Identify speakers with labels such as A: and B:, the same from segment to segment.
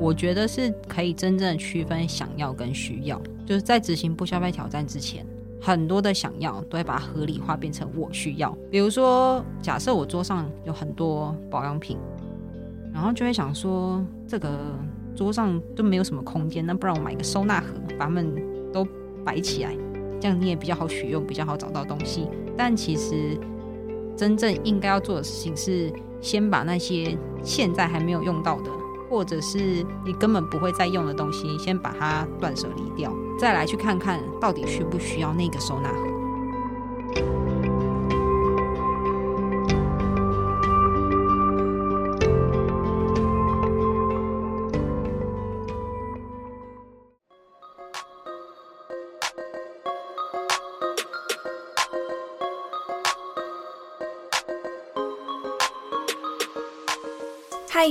A: 我觉得是可以真正区分想要跟需要，就是在执行不消费挑战之前。很多的想要都会把它合理化，变成我需要。比如说，假设我桌上有很多保养品，然后就会想说，这个桌上就没有什么空间，那不然我买个收纳盒，把它们都摆起来，这样你也比较好取用，比较好找到东西。但其实真正应该要做的事情是，先把那些现在还没有用到的，或者是你根本不会再用的东西，先把它断舍离掉。再来去看看到底需不需要那个收纳盒。
B: 嗨，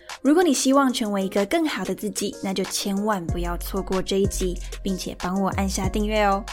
B: 如果你希望成为一个更好的自己，那就千万不要错过这一集，并且帮我按下订阅哦。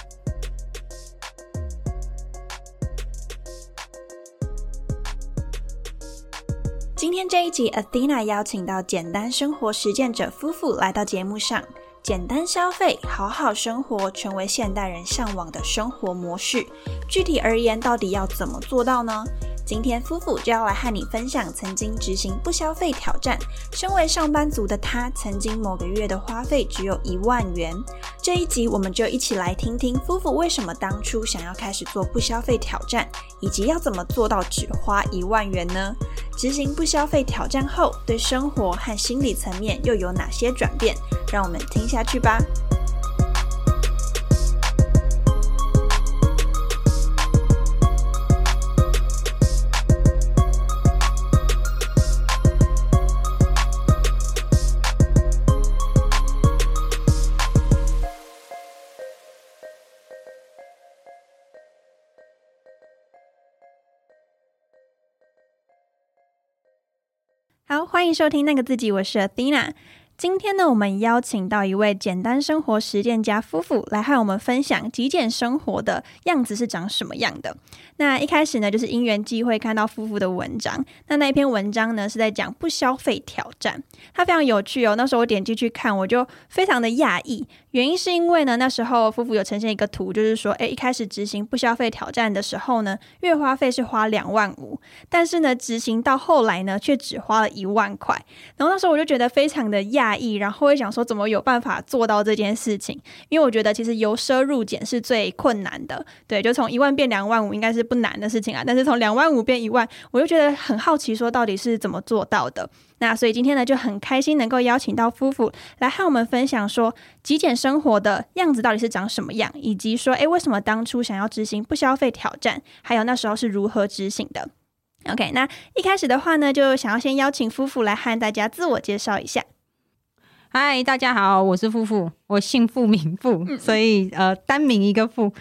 B: 今天这一集，Athena 邀请到简单生活实践者夫妇来到节目上。简单消费，好好生活，成为现代人向往的生活模式。具体而言，到底要怎么做到呢？今天夫妇就要来和你分享曾经执行不消费挑战。身为上班族的他，曾经某个月的花费只有一万元。这一集我们就一起来听听夫妇为什么当初想要开始做不消费挑战，以及要怎么做到只花一万元呢？执行不消费挑战后，对生活和心理层面又有哪些转变？让我们听下去吧。好，欢迎收听《那个自己》，我是 Athena。今天呢，我们邀请到一位简单生活实践家夫妇来和我们分享极简生活的样子是长什么样的。那一开始呢，就是因缘际会看到夫妇的文章，那那一篇文章呢是在讲不消费挑战，它非常有趣哦。那时候我点进去看，我就非常的讶异，原因是因为呢，那时候夫妇有呈现一个图，就是说，诶，一开始执行不消费挑战的时候呢，月花费是花两万五，但是呢，执行到后来呢，却只花了一万块。然后那时候我就觉得非常的讶异，然后会想说，怎么有办法做到这件事情？因为我觉得其实由奢入俭是最困难的，对，就从一万变两万五应该是不难的事情啊，但是从两万五变一万，我就觉得很好奇，说到底是怎么做到的？那所以今天呢，就很开心能够邀请到夫妇来和我们分享说极简生活的样子到底是长什么样，以及说，诶，为什么当初想要执行不消费挑战，还有那时候是如何执行的？OK，那一开始的话呢，就想要先邀请夫妇来和大家自我介绍一下。
A: 嗨，大家好，我是富富，我姓付名付，所以呃单名一个付。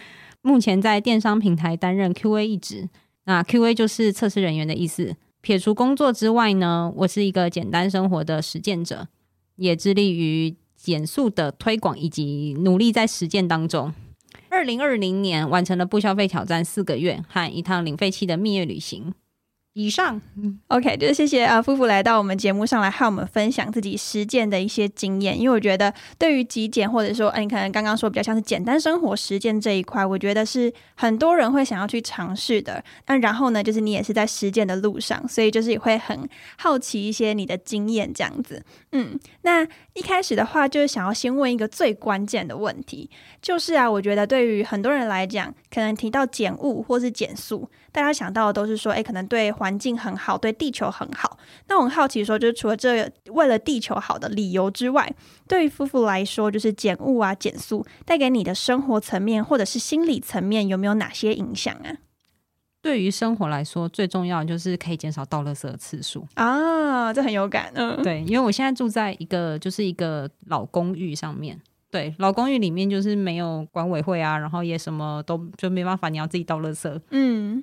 A: 目前在电商平台担任 QA 一职，那 QA 就是测试人员的意思。撇除工作之外呢，我是一个简单生活的实践者，也致力于减速的推广以及努力在实践当中。二零二零年完成了不消费挑战四个月和一趟零废弃的蜜月旅行。以上
B: OK，就是谢谢啊夫妇来到我们节目上来和我们分享自己实践的一些经验，因为我觉得对于极简或者说，哎、你可能刚刚说比较像是简单生活实践这一块，我觉得是很多人会想要去尝试的。那然后呢，就是你也是在实践的路上，所以就是也会很好奇一些你的经验这样子。嗯，那一开始的话，就是想要先问一个最关键的问题，就是啊，我觉得对于很多人来讲，可能提到减物或是减速，大家想到的都是说，哎，可能对环境很好，对地球很好。那我很好奇说，就是除了这为了地球好的理由之外，对于夫妇来说，就是减物啊、减速带给你的生活层面或者是心理层面有没有哪些影响啊？
A: 对于生活来说，最重要的就是可以减少倒垃圾的次数。
B: 啊，这很有感，嗯，
A: 对，因为我现在住在一个就是一个老公寓上面，对，老公寓里面就是没有管委会啊，然后也什么都就没办法，你要自己倒垃圾。
B: 嗯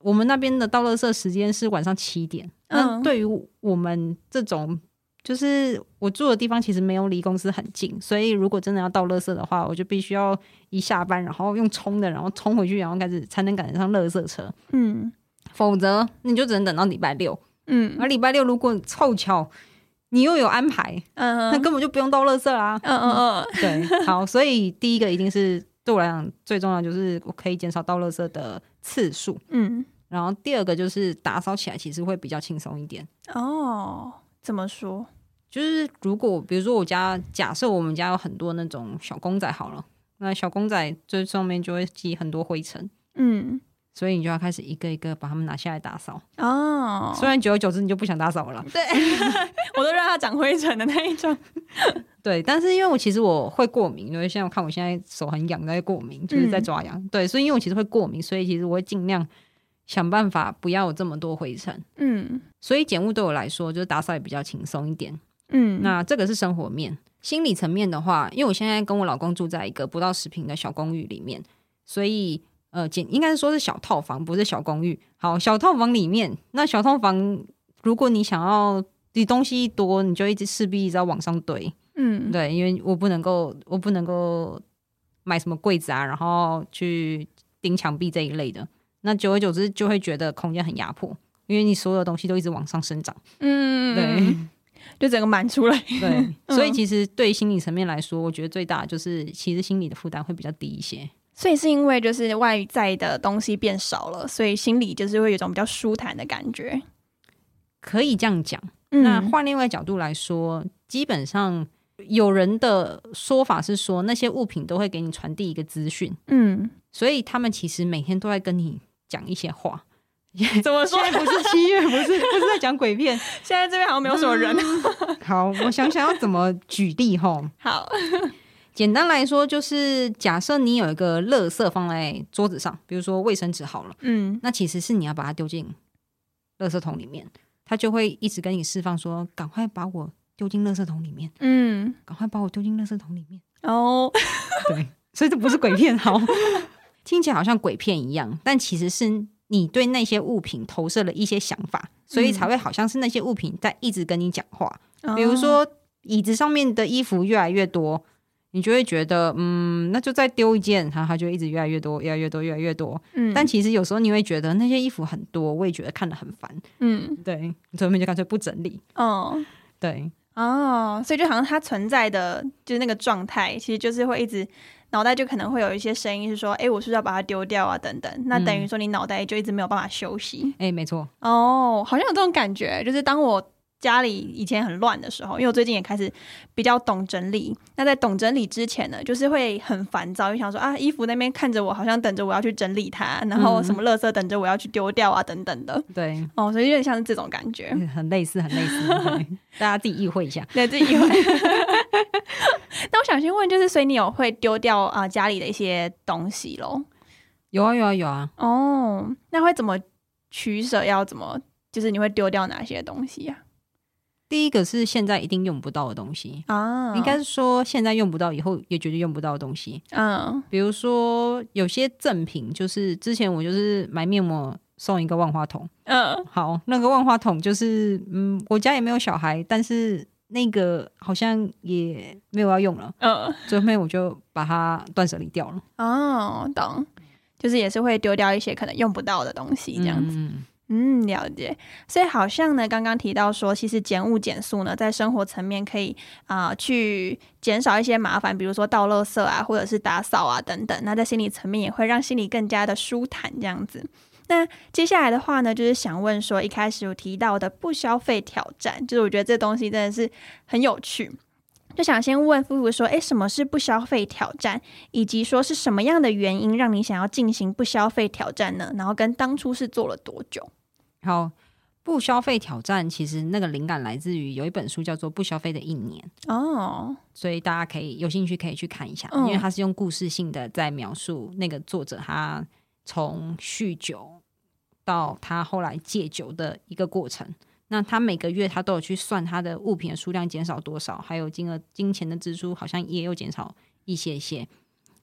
A: 我们那边的倒垃圾时间是晚上七点。
B: 嗯
A: 那对于我们这种，就是我住的地方其实没有离公司很近，所以如果真的要倒垃圾的话，我就必须要一下班，然后用冲的，然后冲回去，然后开始才能赶得上垃圾车，
B: 嗯
A: 否则你就只能等到礼拜六。
B: 嗯
A: 而礼拜六如果凑巧你又有安排，
B: 嗯，
A: 那根本就不用倒垃圾啦、
B: 嗯嗯
A: 对，好，所以第一个一定是对我来讲最重要，就是我可以减少倒垃圾的次数。
B: 嗯
A: 然后第二个就是打扫起来其实会比较轻松一点。
B: 嗯，哦，怎么说？
A: 就是如果比如说我家假设我们家有很多那种小公仔好了，那小公仔最上面就会积很多灰尘，
B: 嗯
A: 所以你就要开始一个一个把它们拿下来打扫。
B: 哦，
A: 虽然久而久之你就不想打扫了啦，
B: 对，我都让它长灰尘的那一种。
A: 对，但是因为我其实我会过敏，因为现在我看我现在手很痒，在过敏，就是在抓痒。对，所以因为我其实会过敏，所以其实我会尽量想办法不要有这么多灰尘。
B: 嗯
A: 所以简物对我来说，就是打扫也比较轻松一点。
B: 嗯，
A: 那这个是生活面，心理层面的话，因为我现在跟我老公住在一个不到十平的小公寓里面，所以呃，简应该是说是小套房，不是小公寓。好，小套房里面，那小套房如果你想要你东西一多，你就一直势必一直要往上堆。
B: 嗯
A: 对，因为我不能够，我不能够买什么柜子啊，然后去钉墙壁这一类的。那久而久之就会觉得空间很压迫，因为你所有东西都一直往上生长。
B: 嗯，
A: 对、
B: 就整个满出来。
A: 对， 所以其实对心理层面来说，我觉得最大的就是其实心理的负担会比较低一些。
B: 所以是因为就是外在的东西变少了，所以心里就是会有一种比较舒坦的感觉。
A: 可以这样讲。
B: 嗯
A: 那换另外角度来说，基本上有人的说法是说，那些物品都会给你传递一个资讯，
B: 嗯，
A: 所以他们其实每天都在跟你讲一些话。
B: 怎么
A: 现
B: 说？
A: 在不是七月，不是不是在讲鬼片。
B: 现在这边好像没有什么人。
A: 好，我想想要怎么举例吼。
B: 好，
A: 简单来说，就是假设你有一个垃圾放在桌子上，比如说卫生纸好了，
B: 嗯
A: 那其实是你要把它丢进垃圾桶里面，它就会一直跟你释放说：“赶快把我丢进垃圾桶里面，
B: 嗯，
A: 赶快把我丢进垃圾桶里面。
B: 然后”
A: 对，所以这不是鬼片，好， 听起来好像鬼片一样，但其实是你对那些物品投射了一些想法，所以才会好像是那些物品在一直跟你讲话。
B: 哦
A: 比如说椅子上面的衣服越来越多，你就会觉得，嗯，那就再丢一件，然后它就一直越来越多，越来越多，越来越多。
B: 嗯，
A: 但其实有时候你会觉得那些衣服很多，我也觉得看得很烦，
B: 嗯
A: 对，所以我们就干脆不整理。
B: 哦
A: 对，
B: 哦，所以就好像它存在的就是那个状态，其实就是会一直脑袋就可能会有一些声音是说，哎、我是不是要把它丢掉啊？等等，那等于说你脑袋就一直没有办法休息。
A: 哎、没错，
B: 哦，好像有这种感觉，就是当我。家里以前很乱的时候，因为我最近也开始比较懂整理。那在懂整理之前呢，就是会很烦躁，就想说啊，衣服那边看着我，好像等着我要去整理它，然后
A: 嗯
B: 什么垃圾等着我要去丢掉啊，等等的。
A: 对，
B: 哦，所以有点像是这种感觉。
A: 很类似，很类似，对 大家自己意会一下。
B: 对自己会。 那我想先问，就是所以你有会丢掉啊、呃家里的一些东西咯？
A: 有啊，有啊，有啊。
B: 哦，那会怎么取舍？要怎么？就是你会丢掉哪些东西啊呀、
A: 第一个是现在一定用不到的东西，
B: 啊？
A: 应该是说现在用不到，以后也绝对用不到的东西。
B: 嗯
A: 比如说有些赠品，就是之前我就是买面膜送一个万花筒，
B: 嗯
A: 好，那个万花筒就是，嗯，我家也没有小孩，但是那个好像也没有要用了，
B: 嗯
A: 最后面我就把它断舍离掉了，
B: 哦，懂。就是也是会丢掉一些可能用不到的东西，这样子。
A: 嗯
B: 嗯，了解。所以好像呢，刚刚提到说，其实减物减速呢，在生活层面可以啊、呃去减少一些麻烦，比如说倒垃圾啊，或者是打扫啊等等。那在心理层面也会让心里更加的舒坦，这样子。那接下来的话呢，就是想问说，一开始有提到的不消费挑战，就是我觉得这东西真的是很有趣，就想先问夫妇说，诶，什么是不消费挑战？以及说是什么样的原因让你想要进行不消费挑战呢？然后跟当初是做了多久？
A: 好。不消费挑战，其实那个灵感来自于有一本书叫做《不消费的一年》，
B: 哦，
A: 所以大家可以有兴趣可以去看一下，
B: 嗯
A: 因为它是用故事性的在描述那个作者他从酗酒到他后来戒酒的一个过程。那他每个月他都有去算他的物品的数量减少多少，还有金额金钱的支出好像也有减少一些些。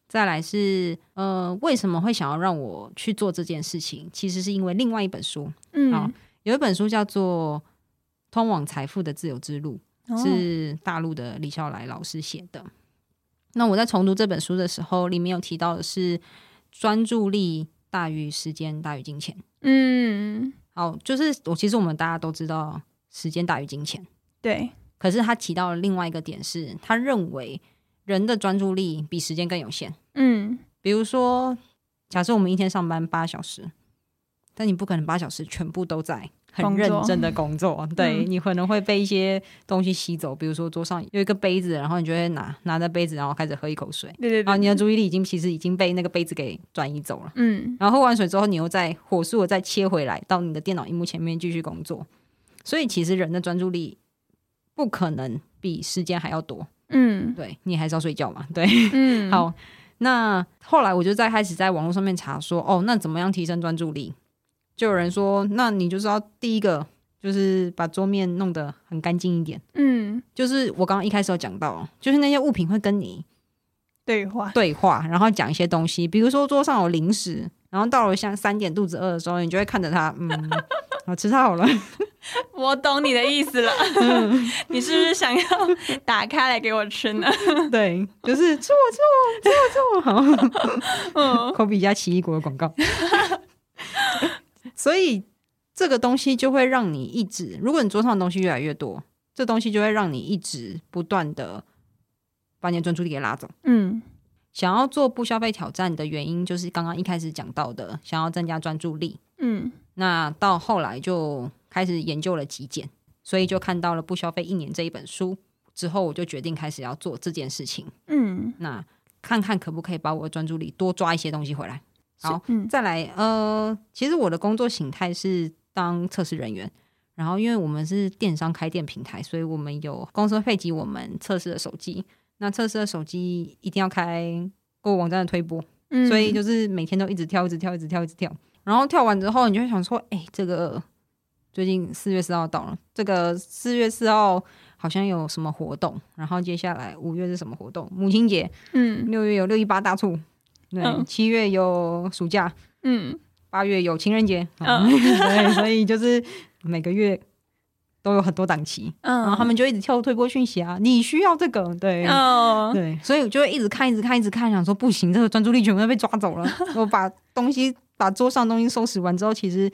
A: 再来是呃，为什么会想要让我去做这件事情？其实是因为另外一本书，好
B: 嗯，
A: 有一本书叫做《通往财富的自由之路》。
B: 哦
A: 是大陆的李笑来老师写的。那我在重读这本书的时候，里面有提到的是专注力大于时间大于金钱。
B: 嗯，
A: 好，就是我其实我们大家都知道时间大于金钱，
B: 对，
A: 可是他提到了另外一个点是，他认为人的专注力比时间更有限。
B: 嗯，
A: 比如说，假设我们一天上班八小时，但你不可能八小时全部都在很
B: 工作
A: 认真的工作， 对
B: 嗯
A: 你可能会被一些东西吸走，比如说桌上有一个杯子，然后你就会拿拿着杯子，然后开始喝一口水，
B: 对对
A: 然后
B: 对，
A: 你的注意力已经其实已经被那个杯子给转移走了。
B: 嗯，
A: 然后喝完水之后，你又再火速的再切回来到你的电脑荧幕前面继续工作，所以其实人的专注力不可能比时间还要多。
B: 嗯，
A: 对你还是要睡觉嘛，对，
B: 嗯，，
A: 好，那后来我就在开始在网络上面查说，哦，那怎么样提升专注力？就有人说，那你就是要第一个就是把桌面弄得很干净一点。
B: 嗯，
A: 就是我刚刚一开始有讲到，就是那些物品会跟你
B: 对话，
A: 对话，然后讲一些东西，比如说桌上有零食，然后到了像三点肚子饿的时候，你就会看着它，嗯， 我吃它好了，
B: 我懂你的意思了， 你是不是想要打开来给我吃呢？
A: 对，就是吃我吃我吃我吃我，好。
B: 嗯，
A: 科比加奇异果的广告。 所以这个东西就会让你一直，如果你桌上的东西越来越多，这东西就会让你一直不断的把你的专注力给拉走。
B: 嗯，
A: 想要做不消费挑战的原因，就是刚刚一开始讲到的，想要增加专注力。
B: 嗯，
A: 那到后来就开始研究了极简，所以就看到了《不消费一年》这一本书之后，我就决定开始要做这件事情。
B: 嗯，
A: 那看看可不可以把我的专注力多抓一些东西回来。好，
B: 嗯，
A: 再来，呃，其实我的工作形态是当测试人员，然后因为我们是电商开店平台，所以我们有公司会配给我们测试的手机。那测试的手机一定要开购物网站的推播，
B: 嗯，
A: 所以就是每天都一直跳，一直跳，一直跳，一直跳。然后跳完之后，你就会想说，哎、这个最近四月四号到了，这个四月四号好像有什么活动，然后接下来五月是什么活动？母亲节，
B: 嗯，
A: 六月有六一八大促，对，
B: 嗯
A: 七月有暑假，
B: 嗯，
A: 八月有情人节，
B: 嗯
A: 对，所以就是每个月都有很多档期，
B: 嗯，
A: 然后他们就一直跳推播讯息啊，你需要这个，对。
B: 哦，
A: 对，所以我就会一直看，一直看，一直看，想说不行，这个专注力全部都被抓走了。 我把东西，把桌上的东西收拾完之后，其实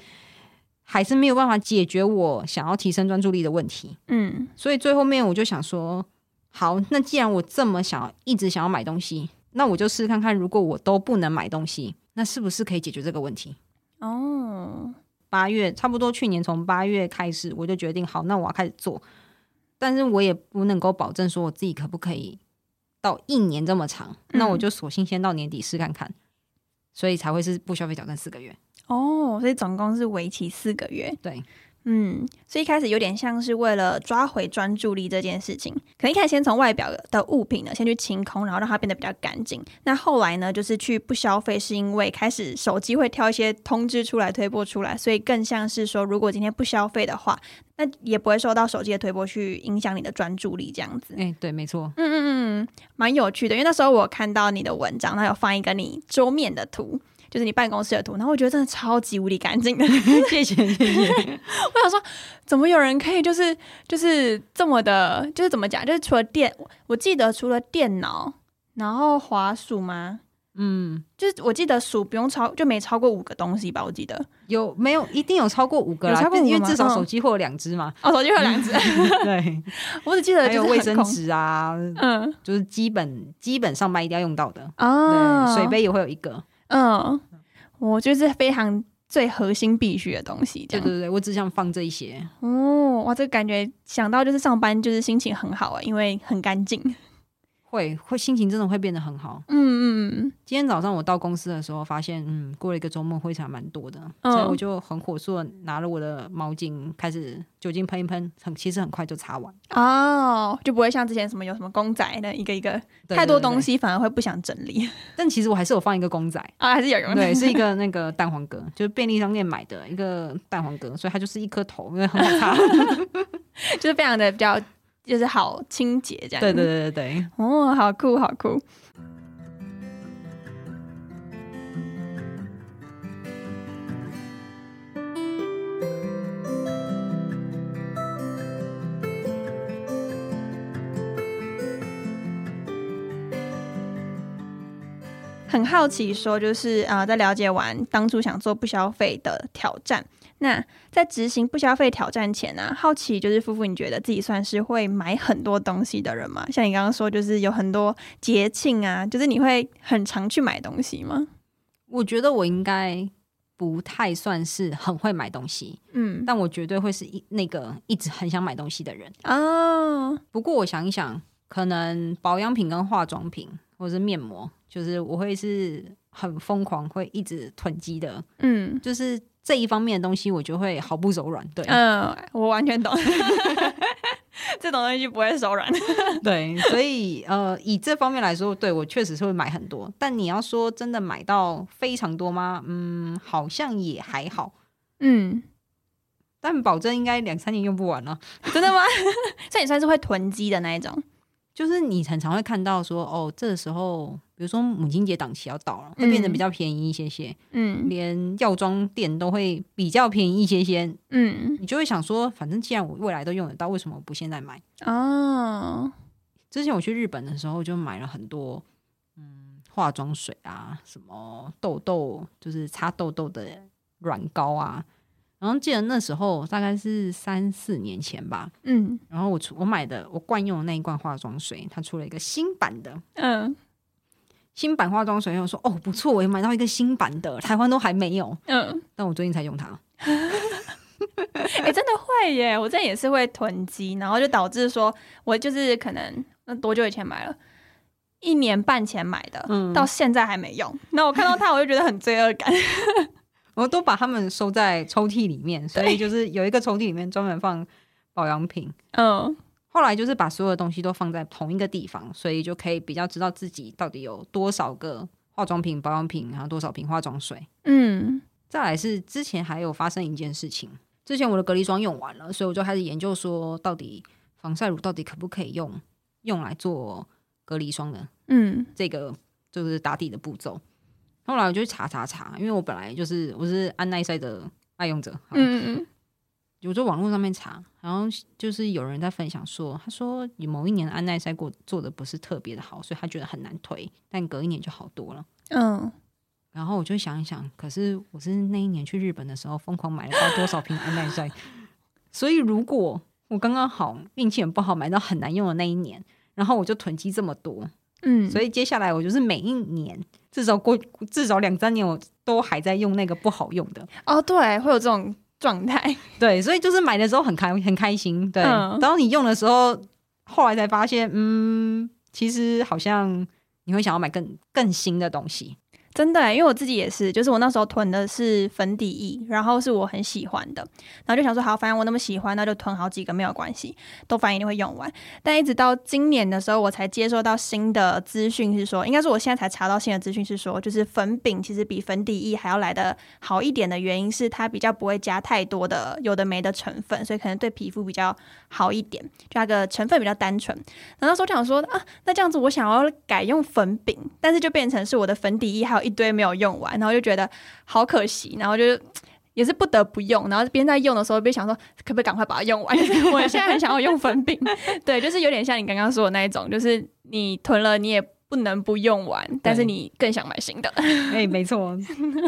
A: 还是没有办法解决我想要提升专注力的问题。
B: 嗯，
A: 所以最后面我就想说，好，那既然我这么想要，一直想要买东西，那我就试试看看，如果我都不能买东西，那是不是可以解决这个问题？
B: 哦，
A: 八月差不多去年从八月开始，我就决定好，那我要开始做。但是我也不能够保证说我自己可不可以到一年这么长，
B: 嗯
A: 那我就索性先到年底试看看，所以才会是不消费挑战四个月。
B: 哦，所以总共是为期四个月。
A: 对，
B: 嗯，所以一开始有点像是为了抓回专注力这件事情，可能一开始先从外表的物品呢，先去清空，然后让它变得比较干净。那后来呢，就是去不消费，是因为开始手机会挑一些通知出来、推播出来，所以更像是说，如果今天不消费的话，那也不会受到手机的推播去影响你的专注力这样子。
A: 哎、对，没错，
B: 嗯嗯嗯，蛮有趣的，因为那时候我看到你的文章，它有放一个你桌面的图，就是你办公室的图，然后我觉得真的超级无敌干净的。我
A: 谢谢谢谢。
B: 想说，怎么有人可以就是就是这么的，就是怎么讲，就是除了电，我记得除了电脑，然后滑鼠吗？
A: 嗯，
B: 就是我记得鼠不用超，就没超过五个东西吧，我记得。
A: 有没有一定有超过五个啦？
B: 有超过五个吗
A: 因为至少
B: 嗯
A: 手机会有两只 嘛。
B: 哦，手机会有 两只，
A: 对，
B: 我只记得
A: 还
B: 就是
A: 有
B: 很
A: 卫生
B: 空。
A: 纸啊，
B: 嗯
A: 就是基本基本上班一定要用到的。
B: 哦，
A: 对，水杯也会有一个。
B: 嗯，我就是非常最核心必须的东西，
A: 对
B: 这样
A: 对对，我只想放这一些。
B: 哦，哇，这个感觉想到就是上班就是心情很好啊，因为很干净。
A: 会会心情真的会变得很好。
B: 嗯嗯
A: 今天早上我到公司的时候，发现嗯，过了一个周末灰尘还蛮多的，
B: 嗯
A: 所以我就很火速的拿了我的毛巾，开始酒精喷一喷，很其实很快就擦完。
B: 嗯，哦，就不会像之前什么有什么公仔那一个一个
A: 对
B: 太
A: 对
B: 多
A: 对
B: 东西，反而会不想整理
A: 但其实我还是有放一个公仔，
B: 啊，还是有用的。
A: 对，是一个那个蛋黄哥，就是便利商店买的一个蛋黄哥，所以它就是一颗头，因为很好 擦。
B: 就是非常的比较就是好清洁这样。
A: 对对对对对，
B: 哦，好酷，好酷。很好奇，说就是啊、呃在了解完当初想做不消费的挑战，那在执行不消费挑战前呢、好奇就是夫妇，你觉得自己算是会买很多东西的人吗？像你刚刚说，就是有很多节庆啊，就是你会很常去买东西吗？
A: 我觉得我应该不太算是很会买东西，
B: 嗯，
A: 但我绝对会是一那个一直很想买东西的人。
B: 哦，
A: 不过我想一想，可能保养品跟化妆品或者是面膜，就是我会是很疯狂，会一直囤积的，
B: 嗯
A: 就是这一方面的东西，我就会毫不手软。对、
B: 嗯，我完全 懂，这种东西不会手软。
A: 对，所以呃，以这方面来说，对我确实是会买很多。但你要说真的买到非常多吗？嗯，好像也还好。
B: 嗯，
A: 但保证应该两三年用不完了、
B: 真的吗？所以你算是会囤积的那一种。
A: 就是你很常会看到说，哦，这时候比如说母亲节档期要到了，会变得比较便宜一些些。
B: 嗯
A: 连药妆店都会比较便宜一些些，
B: 嗯，
A: 你就会想说，反正既然我未来都用得到，为什么我不现在买？
B: 嗯哦，
A: 之前我去日本的时候，就买了很多，嗯，化妆水啊，什么痘痘，就是擦痘痘的软膏啊。然后记得那时候大概是三四年前吧，
B: 嗯
A: 然后我出我买的我惯用的那一罐化妆水，它出了一个新版的
B: 嗯
A: 新版化妆水，然后我说哦不错，我也买到一个新版的，台湾都还没有，
B: 嗯，
A: 但我最近才用它。
B: 哎、真的会耶！我之前也是会囤积，然后就导致说我就是可能那多久以前买了，一年半前买的，
A: 嗯
B: 到现在还没用。那我看到它，我就觉得很罪恶感。
A: 我都把它们收在抽屉里面，所以就是有一个抽屉里面专门放保养品。
B: 嗯
A: 后来就是把所有的东西都放在同一个地方，所以就可以比较知道自己到底有多少个化妆品、保养品，然后多少瓶化妆水。
B: 嗯
A: 再来是之前还有发生一件事情，之前我的隔离霜用完了，所以我就开始研究说，到底防晒乳到底可不可以用用来做隔离霜的
B: 嗯
A: 这个就是打底的步骤。后来我就查查查，因为我本来就是我是安耐晒的爱用者，好
B: 嗯
A: 我在网络上面查，然后就是有人在分享说，他说你某一年安耐晒过做的不是特别的好，所以他觉得很难推，但隔一年就好多了。
B: 嗯，
A: 然后我就想一想，可是我是那一年去日本的时候疯狂买了到多少瓶安耐晒， 所以如果我刚刚好运气很不好买到很难用的那一年，然后我就囤积这么多，
B: 嗯，
A: 所
B: 以
A: 以接下来我就是每一年至少过至少两三年我都还在用那个不好用的，
B: 哦，对，会有这种状态。
A: 对，所以就是买的时候很开很开心，对。
B: 嗯
A: 然后你用的时候，后来才发现，嗯，其实好像你会想要买更更新的东西。
B: 真的耶，因为我自己也是，就是我那时候囤的是粉底液，然后是我很喜欢的，然后就想说好，反正我那么喜欢，那就囤好几个没有关系，都反正一定会用完。但一直到今年的时候，我才接收到新的资讯，是说，应该是我现在才查到新的资讯，是说，就是粉饼其实比粉底液还要来的好一点的原因是它比较不会加太多的有的没的成分，所以可能对皮肤比较好一点，就它的成分比较单纯。然后那时候就想说啊，那这样子我想要改用粉饼，但是就变成是我的粉底液还有一堆没有用完，然后就觉得好可惜，然后就是也是不得 不用，然后边在用的时候边想说可不可以赶快把它用完，我现在很想要用粉饼，对，就是有点像你刚刚说的那一种，就是你囤了你也不能不用完，但是你更想买新的，
A: 哎、没错，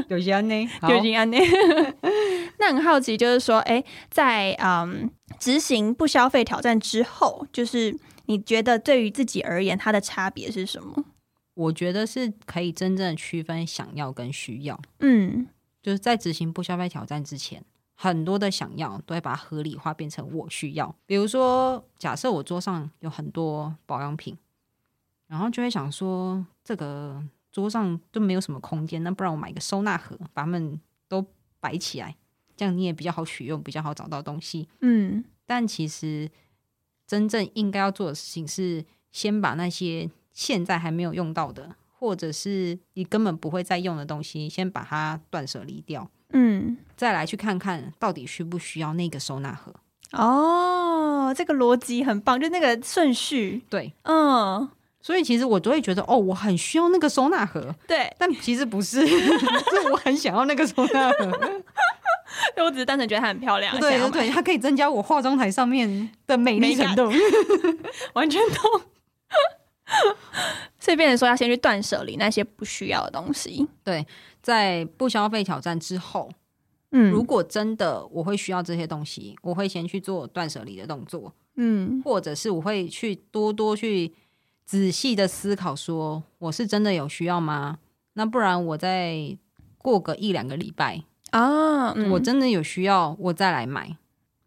A: 有些呢，好
B: 酒精安内。 那很好奇，就是说，哎、在嗯执行不消费挑战之后，就是你觉得对于自己而言，它的差别是什么？
A: 我觉得是可以真正区分想要跟需要。
B: 嗯
A: 就是在执行不消费挑战之前，很多的想要都会把它合理化，变成我需要。比如说，假设我桌上有很多保养品，然后就会想说，这个桌上就没有什么空间，那不然我买个收纳盒，把它们都摆起来，这样你也比较好取用，比较好找到东西。
B: 嗯，
A: 但其实真正应该要做的事情是，先把那些现在还没有用到的，或者是你根本不会再用的东西，先把它断舍离掉，
B: 嗯，
A: 再来去看看到底需不需要那个收纳盒。
B: 哦，这个逻辑很棒，就那个顺序，
A: 对，
B: 嗯，
A: 所以其实我都会觉得，哦，我很需要那个收纳 盒，
B: 对，
A: 但其实不 是，是我很想要那个收纳 盒。
B: 我只是单纯觉得它很漂亮，
A: 对
B: 想要
A: 对
B: 买
A: 对，它可以增加我化妆台上面的美丽
B: 美感
A: 程度。
B: 完全懂。所以变成说要先去断舍离那些不需要的东西。
A: 在不消费挑战之后，如
B: 嗯
A: 果真的我会需要这些东西，我会先去做断舍离的动作，
B: 嗯
A: 或者是我会去多多去仔细的思考说我是真的有需要吗？那不然我再过个一两个礼拜，
B: 啊，嗯
A: 我真的有需要，我再来买。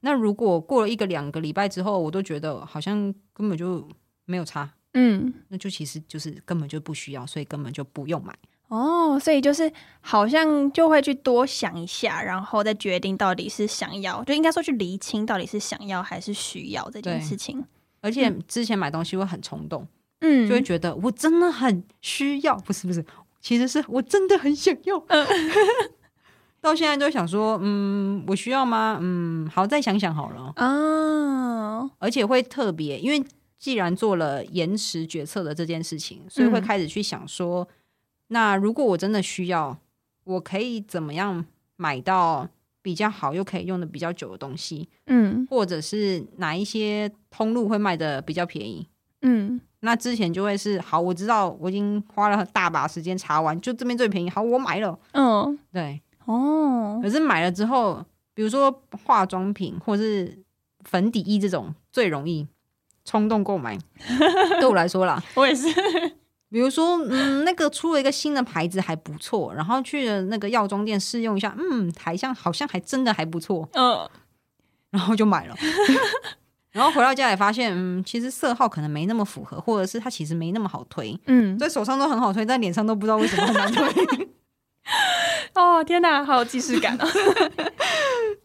A: 那如果过了一个两个礼拜之后，我都觉得好像根本就没有差，
B: 嗯
A: 那就其实就是根本就不需要，所以根本就不用买。
B: 哦，所以就是好像就会去多想一下，然后再决定到底是想要，就应该说去厘清到底是想要还是需要这件
A: 对
B: 事情。
A: 而且之前买东西会很冲动，
B: 嗯
A: 就会觉得我真的很需要，不是不是，其实是我真的很想要。
B: 嗯
A: 到现在都想说，嗯，我需要吗？嗯，好，再想想好了。
B: 啊，
A: 而且会特别，因为既然做了延迟决策的这件事情，所以会开始去想说，那如果我真的需要，我可以怎么样买到比较好又可以用的比较久的东西，
B: 嗯
A: 或者是哪一些通路会卖的比较便宜？
B: 嗯
A: 那之前就会是好，我知道我已经花了大把时间查完，就这边最便宜，好，我买了。
B: 嗯，
A: 对，
B: 哦，
A: 可是买了之后，比如说化妆品或是粉底液这种最容易冲动购买，对我来说啦。
B: 我也 是，
A: 比如说，嗯，那个出了一个新的牌子还不错，然后去了那个药妆店试用一下，嗯，还像好像还真的还不错，
B: 嗯
A: 然后就买了。然后回到家也发现，嗯，其实色号可能没那么符合，或者是它其实没那么好推，
B: 嗯，
A: 在手上都很好推，在脸上都不知道为什么很难推。
B: 哦，天哪，好有既视 感哦。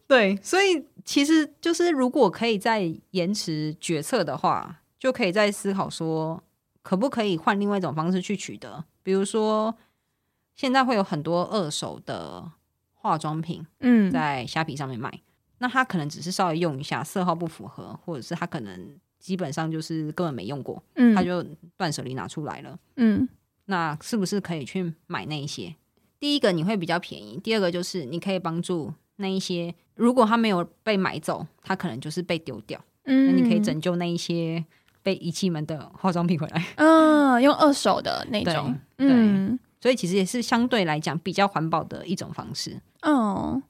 A: 对，所以其实就是如果可以在延迟决策的话，就可以再思考说，可不可以换另外一种方式去取得，比如说现在会有很多二手的化妆品
B: 嗯
A: 在虾皮上面卖，那它可能只是稍微用一下，色号不符合，或者是它可能基本上就是根本没用过，
B: 嗯，
A: 它就断舍离拿出来了。
B: 嗯
A: 那是不是可以去买那一些？第一个你会比较便宜，第二个就是你可以帮助那一些，如果他没有被买走，他可能就是被丢掉，那
B: 嗯，
A: 你可以拯救那一些被遗弃们的化妆品回来。
B: 嗯，用二手的那
A: 对
B: 种，
A: 对
B: 嗯，
A: 所以其实也是相对来讲比较环保的一种方式。
B: 哦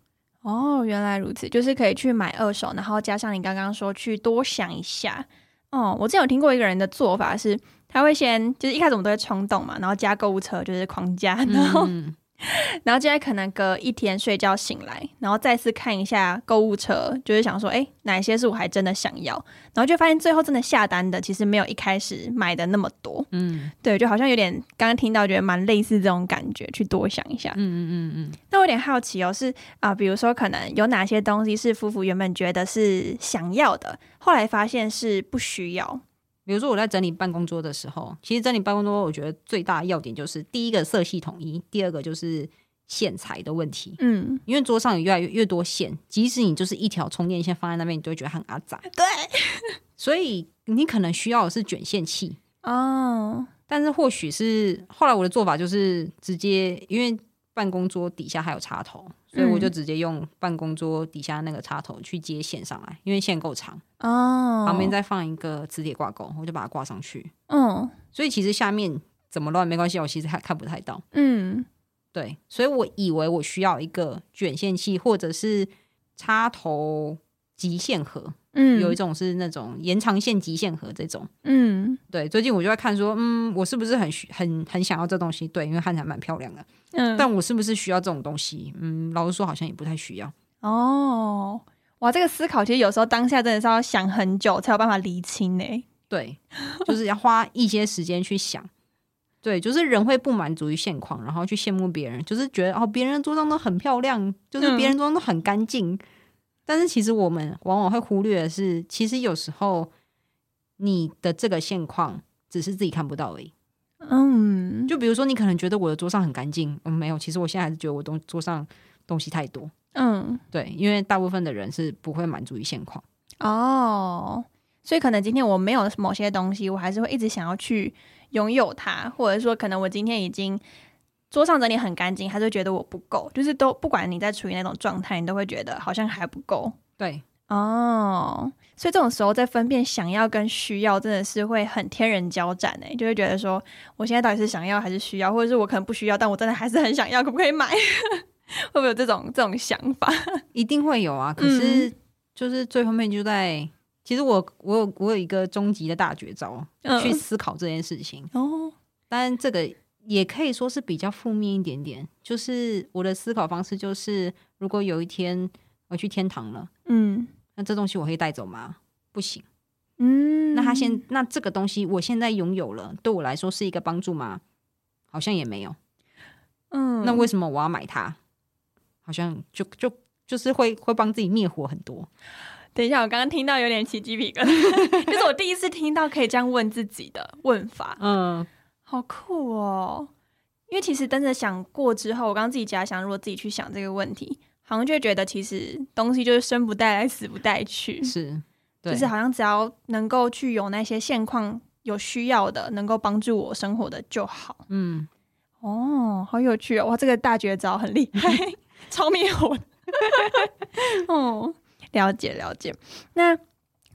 B: 哦，原来如此，就是可以去买二手，然后加上你刚刚说去多想一下。哦，我之前有听过一个人的做法是，他会先就是一开始我们都会冲动嘛，然后加购物车就是狂加， 然后、
A: 嗯，
B: 然后接下来可能隔一天睡觉醒来，然后再次看一下购物车，就是想说，哎，哪些是我还真的想要，然后就发现最后真的下单的其实没有一开始买的那么多，
A: 嗯
B: 对，就好像有点刚刚听到觉得蛮类似这种感觉，去多想一下
A: 嗯。嗯嗯嗯
B: 那我有点好奇哦，是啊、比如说可能有哪些东西是夫妇原本觉得是想要的，后来发现是不需要。
A: 比如说我在整理办公桌的时候，其实整理办公桌我觉得最大的要点就是第一个色系统一，第二个就是线材的问题。
B: 嗯，
A: 因为桌上有越来越越多线，即使你就是一条充电线放在那边，你都会觉得它很阿杂。
B: 对，
A: 所以你可能需要的是卷线器，
B: 哦，
A: 但是或许是后来我的做法就是直接，因为办公桌底下还有插头，所以我
B: 嗯
A: 就直接用办公桌底下那个插头去接线上来，因为线够长，
B: 哦，
A: 旁边，再放一个磁铁挂钩，我就把它挂上去。
B: 嗯
A: 所以其实下面怎么乱没关系，我其实还看不太到。
B: 嗯
A: 对，所以我以为我需要一个卷线器或者是插头极限盒，
B: 嗯，
A: 有一，种是那种延长线极限盒这种。
B: 嗯
A: 对，最近我就在看说，嗯，我是不是很需很很想要这东西？对，因为看起来蛮漂亮的，
B: 嗯，
A: 但我是不是需要这种东西？嗯，老实说好像也不太需要。
B: 哦，哇，这个思考其实有时候当下真的是要想很久才有办法厘清呢。
A: 对，就是要花一些时间去想。对，就是人会不满足于现况，然后去羡慕别人，就是觉得哦，别人的桌上都很漂亮，就是别人桌上都很干净。但是其实我们往往会忽略的是，其实有时候你的这个现况只是自己看不到而已。
B: 嗯，
A: 就比如说，你可能觉得我的桌上很干净，嗯，没有，其实我现在还是觉得我东桌上东西太多。
B: 嗯，
A: 对，因为大部分的人是不会满足于现况。
B: 哦，所以可能今天我没有某些东西，我还是会一直想要去拥有它，或者说可能我今天已经桌上整理很干净，还是会觉得我不够，就是都不管你在处于哪种状态，你都会觉得好像还不够。
A: 对，
B: 哦，所以这种时候在分辨想要跟需要，真的是会很天人交战哎、就会觉得说我现在到底是想要还是需要，或者是我可能不需要，但我真的还是很想要，可不可以买？ 会不会有这种这种想法？
A: 一定会有啊。可
B: 嗯
A: 是就是最后面就在，其实我我有我有一个终极的大绝招、
B: 嗯
A: 去思考这件事情，
B: 哦，
A: 当然这个也可以说是比较负面一点点。就是我的思考方式就是，如果有一天我去天堂了，
B: 嗯
A: 那这东西我可以带走吗？不行。
B: 嗯，
A: 那他现那这个东西我现在拥有了，对我来说是一个帮助吗？好像也没有。
B: 嗯，
A: 那为什么我要买它？好像就就就是会会帮自己灭火很多。
B: 等一下，我刚刚听到有点起鸡皮疙瘩， 就是我第一次听到可以这样问自己的问法，
A: 嗯，
B: 好酷哦！因为其实真的想过之后，我刚刚自己假想，如果自己去想这个问题，好像就会觉得其实东西就是生不带来，死不带 去，
A: 嗯是，对，
B: 就是好像只要能够去有那些现况有需要的，能够帮助我生活的就好。
A: 嗯，
B: 哦，好有趣哦！哇，这个大绝招很厉害，超灭火的。哦，了解了解。那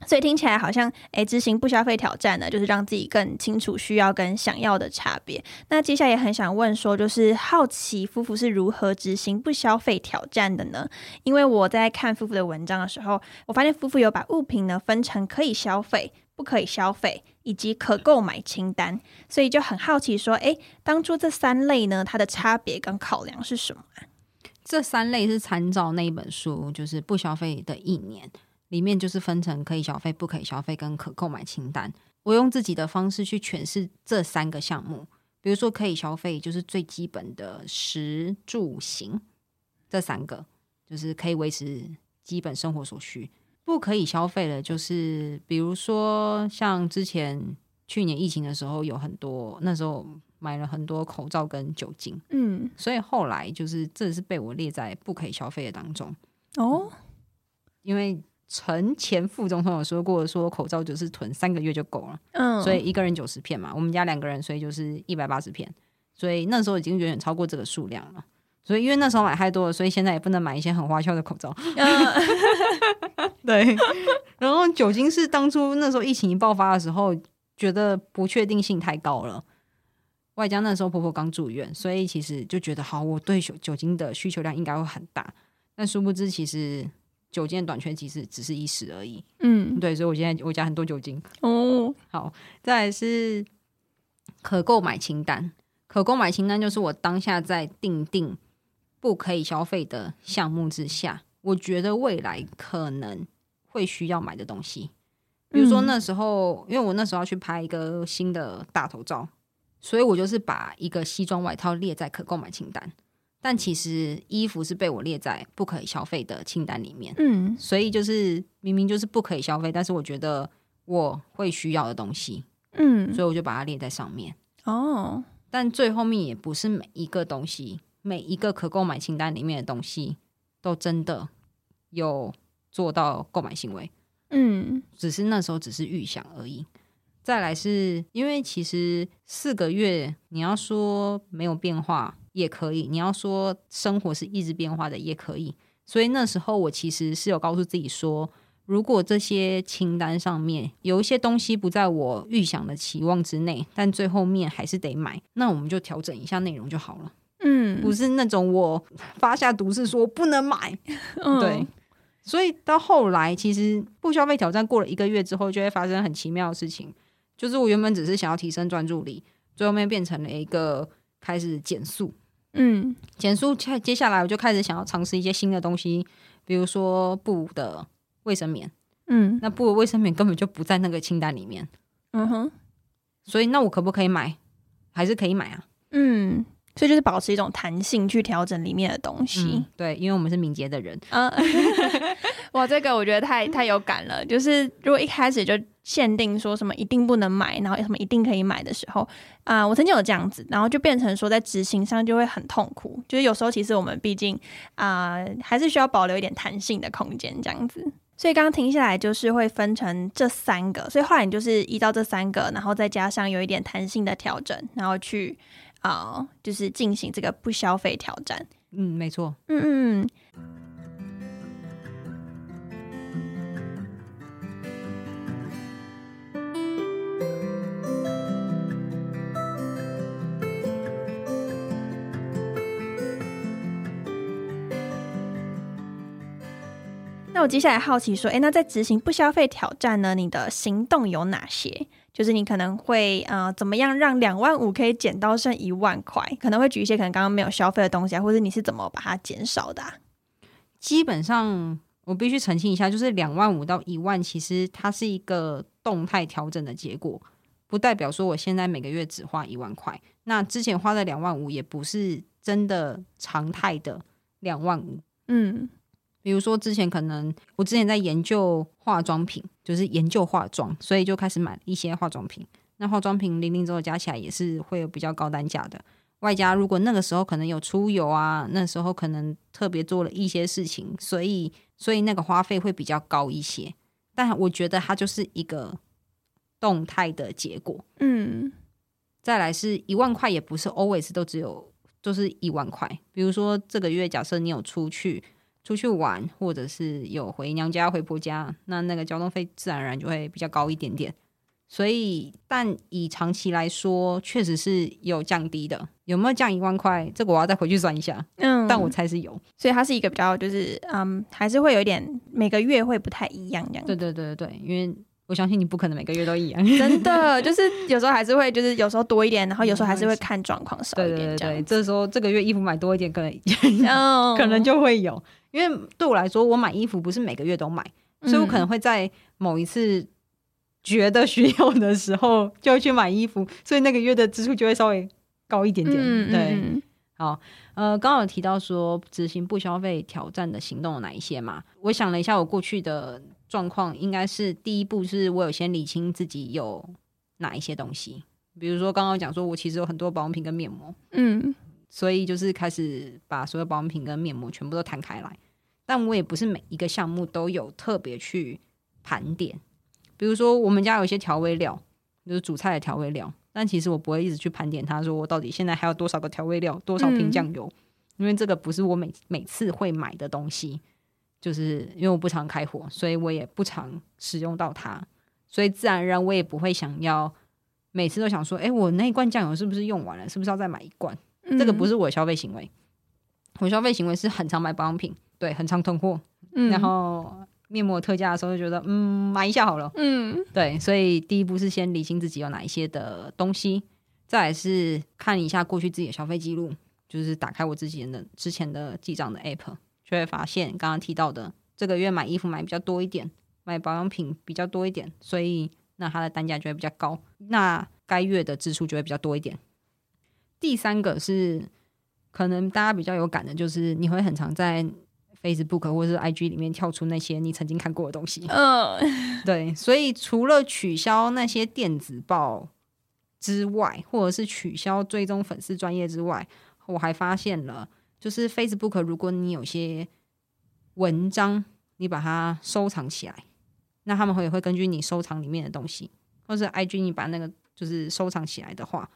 B: 所以听起来好像，哎，执行不消费挑战呢，就是让自己更清楚需要跟想要的差别。那接下来也很想问说，就是好奇夫妇是如何执行不消费挑战的呢？因为我在看夫妇的文章的时候，我发现夫妇有把物品呢分成可以消费、不可以消费以及可购买清单，所以就很好奇说，哎，当初这三类呢，它的差别跟考量是什么？
A: 这三类是参照那一本书，就是《不消费的一年》里面，就是分成可以消费、不可以消费跟可购买清单。我用自己的方式去诠释这三个项目。比如说，可以消费就是最基本的食住行这三个，就是可以维持基本生活所需。不可以消费的，就是比如说像之前去年疫情的时候，有很多那时候买了很多口罩跟酒精。
B: 嗯，
A: 所以后来就是这是被我列在不可以消费的当中，
B: 哦，
A: 因为陈前副总统有说过，说口罩就是囤三个月就够了，
B: 嗯
A: 所以一个人九十片嘛，我们家两个人，所以就是一百八十片，所以那时候已经远远超过这个数量了。所以因为那时候买太多了，所以现在也不能买一些很花俏的口罩。
B: 嗯
A: 对， 然后酒精是当初那时候疫情一爆发的时候，觉得不确定性太高了，外加那时候婆婆刚住院，所以其实就觉得好，我对酒酒精的需求量应该会很大，但殊不知其实酒精的短缺其实只是一时而已。
B: 嗯，
A: 对，所以我现在我家很多酒精。
B: 哦，
A: 再来是可购买清单，可购买清单就是我当下在定定不可以消费的项目之下，我觉得未来可能会需要买的东西。比如说
B: 嗯
A: 那时候，因为我那时候要去拍一个新的大头照，所以我就是把一个西装外套列在可购买清单，但其实衣服是被我列在不可以消费的清单里面。
B: 嗯
A: 所以就是明明就是不可以消费，但是我觉得我会需要的东西，
B: 嗯，
A: 所以我就把它列在上面。
B: 哦，
A: 但最后面也不是每一个东西，每一个可购买清单里面的东西都真的有做到购买行为，
B: 嗯
A: 只是那时候只是预想而已。再来是因为其实四个月，你要说没有变化也可以，你要说生活是一直变化的也可以。所以那时候我其实是有告诉自己说，如果这些清单上面有一些东西不在我预想的期望之内，但最后面还是得买，那我们就调整一下内容就好了，
B: 嗯，
A: 不是那种我发下毒誓说不能买，
B: 嗯
A: 对，，所以到后来，其实不消费挑战过了一个月之后，就会发生很奇妙的事情，就是我原本只是想要提升专注力，最后面变成了一个开始减速，
B: 嗯
A: 减速接接下来我就开始想要尝试一些新的东西，比如说布的卫生棉，
B: 嗯，
A: 那布的卫生棉根本就不在那个清单里面，
B: 嗯哼，
A: 所以那我可不可以买？还是可以买啊？
B: 嗯，所以就是保持一种弹性去调整里面的东西
A: 嗯。，对，因为我们是敏捷的人，
B: 嗯， 哇，这个我觉得太太有感了。就是如果一开始就限定说什么一定不能买，然后什么一定可以买的时候，啊、我曾经有这样子，然后就变成说在执行上就会很痛苦。就是有时候其实我们毕竟啊、还是需要保留一点弹性的空间这样子。所以刚刚停下来就是会分成这三个，所以后来你就是依照这三个，然后再加上有一点弹性的调整，然后去啊、就是进行这个不消费挑战。
A: 嗯，没错，
B: 嗯嗯嗯。那我接下来好奇说，诶，那在执行不消费挑战呢，你的行动有哪些？就是你可能会呃，怎么样让两万五可以减到剩一万块？可能会举一些可能刚刚没有消费的东西啊，或者你是怎么把它减少的、啊？
A: 基本上我必须澄清一下，就是两万五到一万，其实它是一个动态调整的结果，不代表说我现在每个月只花一万块。那之前花的两万五也不是真的常态的两万五。
B: 嗯
A: 比如说之前可能我之前在研究化妆品，就是研究化妆，所以就开始买一些化妆品。那化妆品零零总总加起来也是会有比较高单价的。外加如果那个时候可能有出游啊，那时候可能特别做了一些事情，所以所以那个花费会比较高一些。但我觉得它就是一个动态的结果。
B: 嗯
A: 再来是一万块，也不是 always 都只有就是一万块。比如说这个月，假设你有出去出去玩，或者是有回娘家、回婆家，那那个交通费自然而然就会比较高一点点。所以，但以长期来说，确实是有降低的。有没有降一万块？这个我要再回去算一下，
B: 嗯
A: 但我猜是有。
B: 所以它是一个比较就是嗯，还是会有一点每个月会不太一样这样。
A: 对对对对对，因为我相信你不可能每个月都一样。
B: 真 的，就是有时候还是会，就是有时候多一点，然后有时候还是会看状况少
A: 对
B: 一
A: 对
B: 点
A: 对
B: 这样
A: 对，。这时候这个月衣服买多一点，可能
B: 嗯
A: 可能就会有。因为对我来说，我买衣服不是每个月都买，所以我可能
B: 嗯
A: 会在某一次觉得需要的时候就会去买衣服， 所以那个月的支出就会稍微高一点点。
B: 嗯
A: 对，
B: 嗯
A: 呃，刚刚有提到说执行不消费挑战的行动有哪一些嘛？我想了一下，我过去的状况应该是第一步是我有先理清自己有哪一些东西，比如说刚刚讲说我其实有很多保养品跟面膜，
B: 嗯
A: 所以就是开始把所有保养品跟面膜全部都摊开来。但我也不是每一个项目都有特别去盘点，比如说我们家有一些调味料，就是煮菜的调味料，但其实我不会一直去盘点它，说我到底现在还有多少个调味料，多少瓶酱油，因为这个不是我每每次会买的东西，就是因为我不常开火，所以我也不常使用到它，所以自然而然我也不会想要每次都想说，诶，我那一罐酱油是不是用完了，是不是要再买一罐？
B: 嗯
A: 这个不
B: 是，
A: 是我的消费行为，我消费行为是很常买保养品，对，很常囤货，
B: 嗯
A: 然后面膜特价的时候就觉得，嗯，买一下好了，
B: 嗯
A: 对，所以第一步是先理清自己有哪一些的东西，再来是看一下过去自己的消费记录，就是打开我自己的之前的记账的 app，就会发现刚刚提到的这个月买衣服买比较多一点，买保养品比较多一点，所以那它的单价就会比较高，那该月的支出就会比较多一点。第三个是可能大家比较有感的，就是你会很常在 Facebook 或是 IG 里面跳出那些你曾经看过的东西。
B: 嗯
A: 对，所以除了取消那些电子报之外，或者是取消追踪粉丝专业之外，我还发现了，就是 Facebook，如果你有些文章，你把它收藏起来，那他们会会根据你收藏里面的东西，或是 IG 你把那个就是收藏起来的话，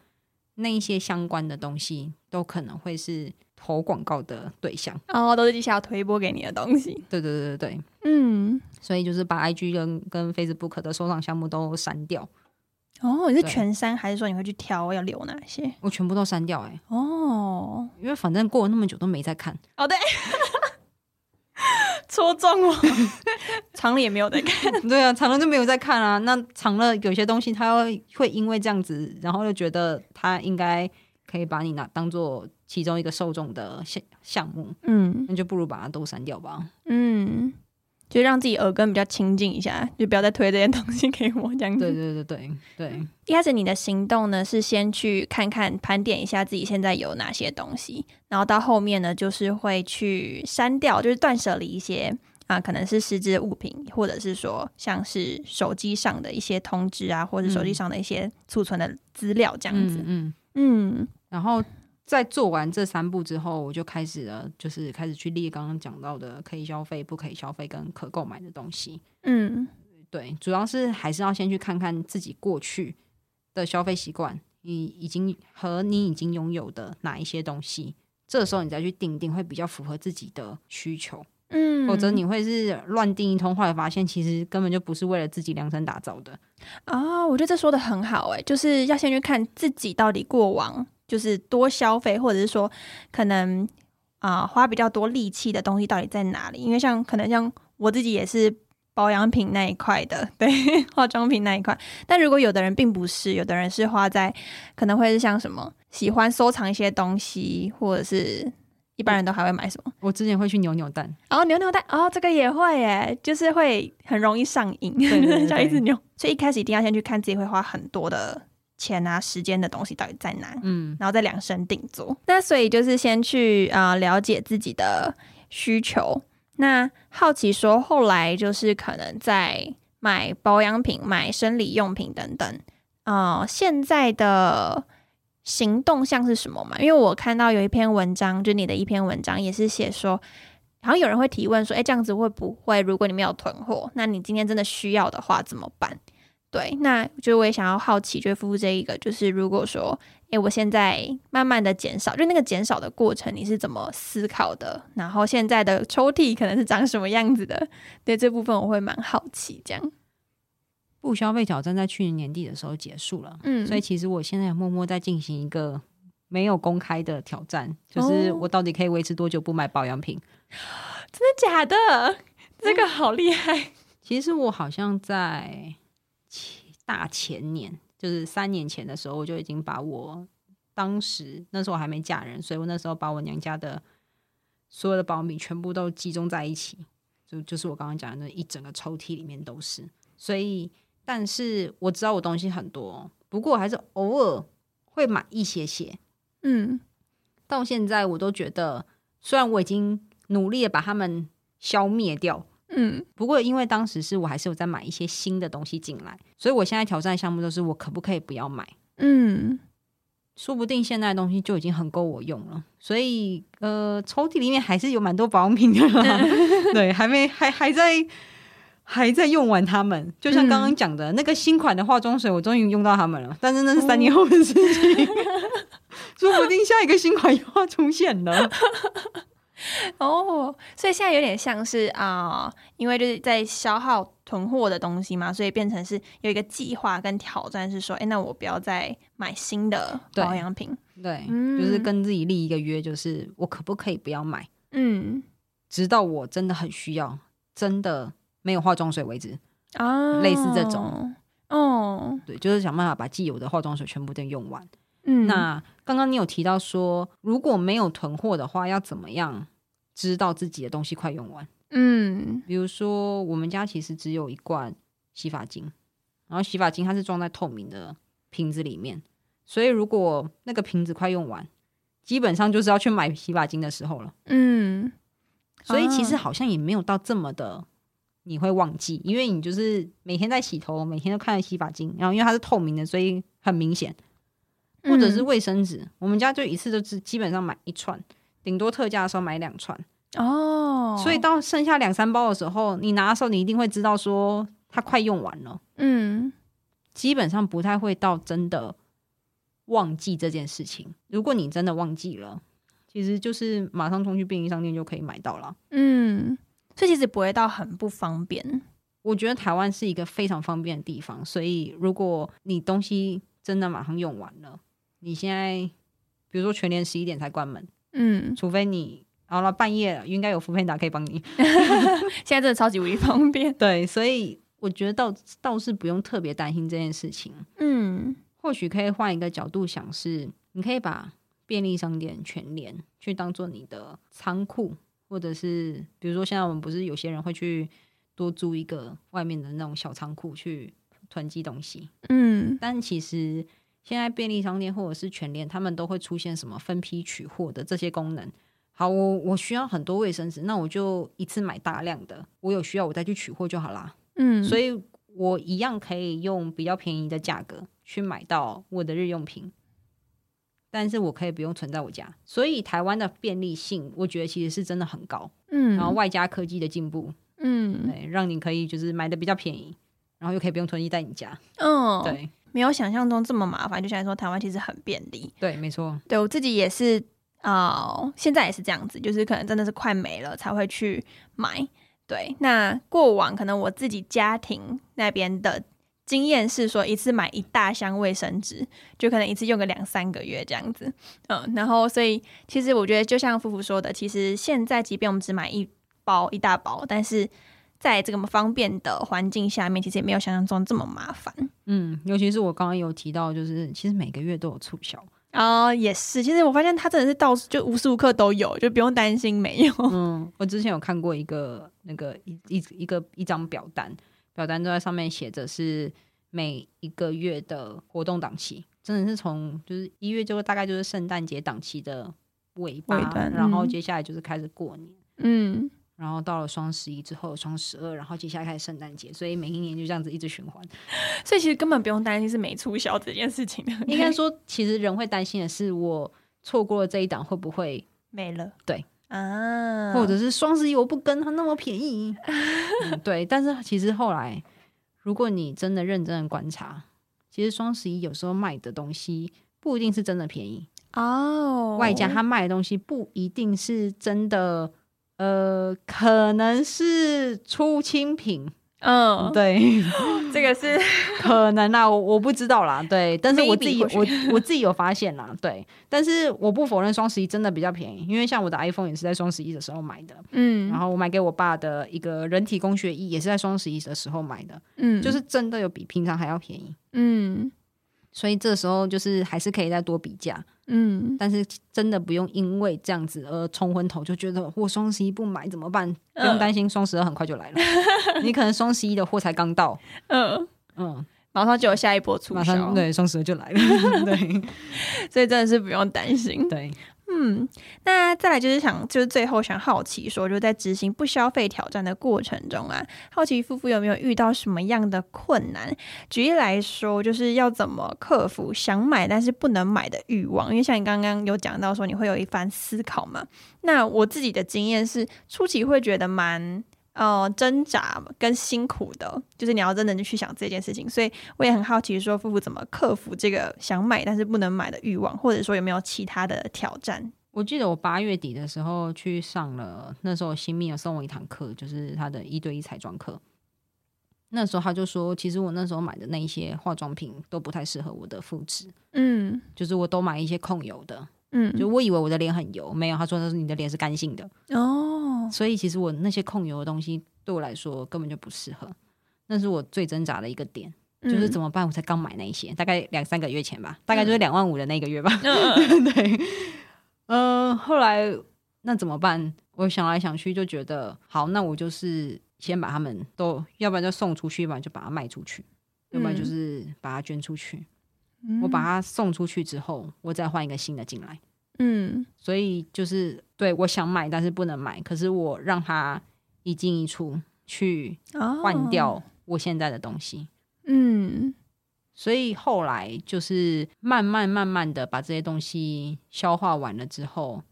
A: 那一些相关的东西都可能会是投广告的对象。
B: 然哦后都是下推播给你的东西。
A: 对对对对对，
B: 嗯，
A: 所以就是把 IG 跟跟 Facebook 的收藏项目都删掉。
B: 哦，你是
A: 对
B: 全删还是说你会去挑要留哪些？
A: 我全部都删掉哎、
B: 哦，
A: 因为反正过了那么久都没在看，
B: 哦对， 戳中我， 常理也没有在看。
A: 对啊，长了就没有在看啊。那长了有些东西，他会会因为这样子，然后就觉得他应该可以把你拿当做其中一个受众的项项目，
B: 嗯
A: 那就不如把它都删掉吧。
B: 嗯，就让自己耳根比较清净一下，就不要再推这些东西给我这样
A: 对
B: 子。
A: 对对对对，
B: 一开始你的行动呢是先去看看盘点一下自己现在有哪些东西，然后到后面呢就是会去删掉，就是断舍离一些啊、可能是实质物品，或者是说像是手机上的一些通知啊，或者手机
A: 嗯
B: 上的一些储存的资料这样
A: 嗯
B: 子。
A: 嗯。
B: 嗯
A: 然后在做完这三步之后，我就开始了，就是开始去列刚刚讲到的可以消费、不可以消费跟可购买的东西。
B: 嗯
A: 对，主要是还是要先去看看自己过去的消费习惯，你已经和你已经拥有的哪一些东西，这时候你再去定定会比较符合自己的需求，
B: 嗯，
A: 否则你会是乱定一通，后来发现其实根本就不是为了自己量身打造的。
B: 哦，我觉得这说的很好哎、就是要先去看自己到底过往就是多消费，或者是说可能啊、花比较多力气的东西到底在哪里？因为像可能像我自己也是保养品那一块的， 对，化妆品那一块。但如果有的人并不是，有的人是花在可能会是像什么喜欢收藏一些东西，或者是一般人都还会买什么。
A: 我之前会去扭扭蛋，
B: 然后扭扭蛋，哦，这个也会耶，就是会很容易上瘾，
A: 对对对
B: 就一直扭。所以一开始一定要先去看自己会花很多的钱啊、时间的东西到底在哪，
A: 嗯，
B: 然后再量身定做。那所以就是先去啊、呃了解自己的需求。那好奇说，后来就是可能在买保养品、买生理用品等等，呃，现在的行动像是什么嘛？因为我看到有一篇文章，就你的一篇文章也是写说，好像有人会提问说，哎，这样子会不会，如果你没有囤货，那你今天真的需要的话怎么办？对，那就我也想要好奇，就是夫妇这一个，就是如果说，哎，我现在慢慢的减少，就那个减少的过程，你是怎么思考的？然后现在的抽屉可能是长什么样子的？对这部分我会蛮好奇，这样，
A: 不消费挑战在去年年底的时候结束了。
B: 嗯，
A: 所以其实我现在默默在进行一个没有公开的挑战，就是
B: 哦
A: 我到底可以维持多久不买保养品？
B: 真的假的？这
A: 嗯
B: 个好厉害！
A: 其实我好像在前大前年，就是三年前的时候，我就已经把我当时那时候我还没嫁人，所以我那时候把我娘家的所有的保养品全部都集中在一起，就就是我刚刚讲的那一整个抽屉里面都是。所以，但是我知道我东西很多，不过我还是偶尔会买一些些。
B: 嗯
A: 到现在我都觉得，虽然我已经努力的把它们消灭掉，
B: 嗯
A: 不过因为当时是我还是有在买一些新的东西进来，所以我现在挑战的项目就是我可不可以不要买？
B: 嗯
A: 说不定现在的东西就已经很够我用了，所以呃，抽屉里面还是有蛮多保养品的啦，对，还没还还在还在用完它们。就像刚刚讲的、那个新款的化妆水，我终于用到它们了，但是那是三年后的事情， 说不定下一个新款又要出现了。
B: 哦，所以现在有点像是啊、因为就是在消耗囤货的东西嘛，所以变成是有一个计划跟挑战，是说，哎，那我不要再买新的
A: 对
B: 保养品。
A: 对，
B: 嗯
A: 就是跟自己立一个约，就是我可不可以不要买，
B: 嗯
A: 直到我真的很需要，真的没有化妆水为止。
B: 啊
A: 类似这种。
B: 哦，
A: 对，就是想办法把既有的化妆水全部都用完。
B: 嗯，
A: 那刚刚你有提到说，如果没有囤货的话，要怎么样知道自己的东西快用完？
B: 嗯
A: 比如说，我们家其实只有一罐洗发精，然后洗发精它是装在透明的瓶子里面，所以如果那个瓶子快用完，基本上就是要去买洗发精的时候了。
B: 嗯，
A: 所以其实
B: 啊
A: 好像也没有到这么的，你会忘记，因为你就是每天在洗头，每天都看着洗发精，然后因为它是透明的，所以很明显，
B: 嗯
A: 或者是卫生纸，我们家就一次就只基本上买一串，顶多特价的时候买两串，
B: 嗯哦，
A: 所以到剩下两三包的时候，你拿的时候你一定会知道说它快用完了，
B: 嗯
A: 基本上不太会到真的忘记这件事情。如果你真的忘记了，其实就是马上冲去便利商店就可以买到了。
B: 嗯，所以其实不会到很不方便。
A: 我觉得台湾是一个非常方便的地方，所以如果你东西真的马上用完了，你现在比如说全年十一点才关门，
B: 嗯，
A: 除非你好了半夜了应该有福佩达可以帮你。
B: 现在真的超级无敌方便。
A: 对，所以我觉得倒倒是不用特别担心这件事情。
B: 嗯
A: 或许可以换一个角度想是，你可以把便利商店全联去当做你的仓库，或者是比如说现在我们不是有些人会去多租一个外面的那种小仓库去囤积东西。
B: 嗯，
A: 但其实现在便利商店或者是全联，他们都会出现什么分批取货的这些功能。好，我我需要很多卫生纸，那我就一次买大量的，我有需要我再去取货就好啦。
B: 嗯，
A: 所
B: 以
A: 以我一样可以用比较便宜的价格去买到我的日用品，但是我可以不用存在我家。所以台湾的便利性，我觉得其实是真的很高。
B: 嗯，
A: 然后外加科技的进步，
B: 嗯
A: 对，让你可以就是买的比较便宜，然后又可以不用囤积在你家。
B: 嗯，，
A: 对
B: 没有想象中这么麻烦。就像你说，台湾其实很便利，
A: 对，没错。
B: 对我自己也是，哦，现在也是这样子，就是可能真的是快没了才会去买。对，那过往可能我自己家庭那边的经验是说，一次买一大箱卫生纸，就可能一次用个两三个月这样子。嗯，然后所以其实我觉得，就像夫妇说的，其实现在即便我们只买一包一大包，但是在这个方便的环境下面，其实也没有想象中这么麻烦。
A: 嗯，尤其是我刚刚有提到，就是其实每个月都有促销。
B: 啊、也是。其实我发现它真的是到处就无时无刻都有，就不用担心没有。
A: 嗯，我之前有看过一个那个一一一个一张表单，表单都在上面写着是每一个月的活动档期，真的是从就是一月就大概就是圣诞节档期的尾巴，
B: 尾端
A: 然后
B: 嗯
A: 接下来就是开始过年。
B: 嗯，
A: 然后到了双十一之后，双十二，然后接下来开始圣诞节，所以每一年就这样子一直循环。
B: 所以其实根本不用担心是没促销这件事情的，
A: 应该说，其实人会担心的是，我错过了这一档会不会，
B: 没了。
A: 对
B: 啊，
A: 或者是双十一我不跟它那么便宜、嗯 对，但是其实后来，如果你真的认真的观察，其实双十一有时候卖的东西不一定是真的便宜，
B: 哦，
A: 外加他卖的东西不一定是真的，呃，可能是出清品。
B: 嗯，
A: 对。
B: 这个是
A: 可能啦，我我不知道啦，对，但是我自己
B: Maybe 或
A: 我我自己有发现啦，对，但是我不否认双十一真的比较便宜，因为像我的 iPhone 也是在双十一的时候买的，
B: 嗯，
A: 然后我买给我爸的一个人体工学椅也是在双十一的时候买的，
B: 嗯
A: 就是真的有比平常还要便宜，
B: 嗯
A: 所以这时候就是还是可以再多比价，
B: 嗯
A: 但是真的不用因为这样子而冲昏头，就觉得我双十一不买怎么办？不用担心，双十二很快就来了，你可能双十一的货才刚到，
B: 嗯，
A: 嗯，
B: 马上就有下一波促
A: 马
B: 销
A: 上，对双十二就来了， 对。
B: 所以真的是不用担心。
A: 对，
B: 嗯，那再来就是想，就是最后想好奇说，就在执行不消费挑战的过程中啊，好奇夫妇有没有遇到什么样的困难？举例来说，就是要怎么克服想买但是不能买的欲望？因为像你刚刚有讲到说，你会有一番思考嘛。那我自己的经验是，初期会觉得蛮。呃，挣扎跟辛苦的，就是你要真的去想这件事情，所以我也很好奇，说夫妇怎么克服这个想买但是不能买的欲望，或者说有没有其他的挑战？
A: 我记得我八月底的时候去上了，那时候新密有送我一堂课，就是他的一对一彩妆课。那时候他就说，其实我那时候买的那一些化妆品都不太适合我的肤质，
B: 嗯
A: 就是我都买一些控油的，
B: 嗯，
A: 就我以为我的脸很油，没有，他说他说你的脸是干性的，
B: 哦，
A: 所以其实我那些控油的东西对我来说根本就不适合，那是我最挣扎的一个点，就是怎
B: 么
A: 么办？我才刚买那一些，大概两三个月前吧，大概就是两万五的那个月吧，
B: 嗯
A: 对，呃，后来那怎么办？我想来想去，就觉得好，那我就是先把他们都，要不然就送出去，要不然就把它卖出去，要不然就
B: 嗯
A: 是把它捐出去。我把它送出去之后，我再换一个新的进来。
B: 嗯
A: 所以就是对我想买，但是不能买，可是我让它一进一出去
B: 哦
A: 换掉我现在的东西。
B: 嗯
A: 所以后来就是慢慢慢慢的把这些东西消化完了之后，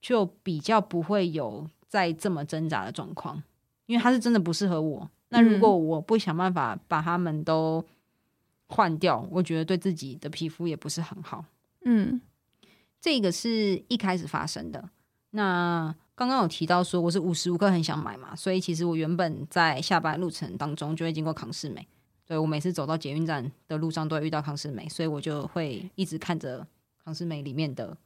A: 就比较不会有再这么挣扎的状况，因为它是真的不适合我。那如果我不想办法把它们都换掉，我觉得对自己的皮肤也不是很好。
B: 嗯
A: 这个是一开始发生的。那刚刚有提到说我是无时无刻很想买嘛，所以其实我原本在下班路程当中就会经过康士美，对我每次走到捷运站的路上都会遇到康士美，所以我就会一直看着康士美里面的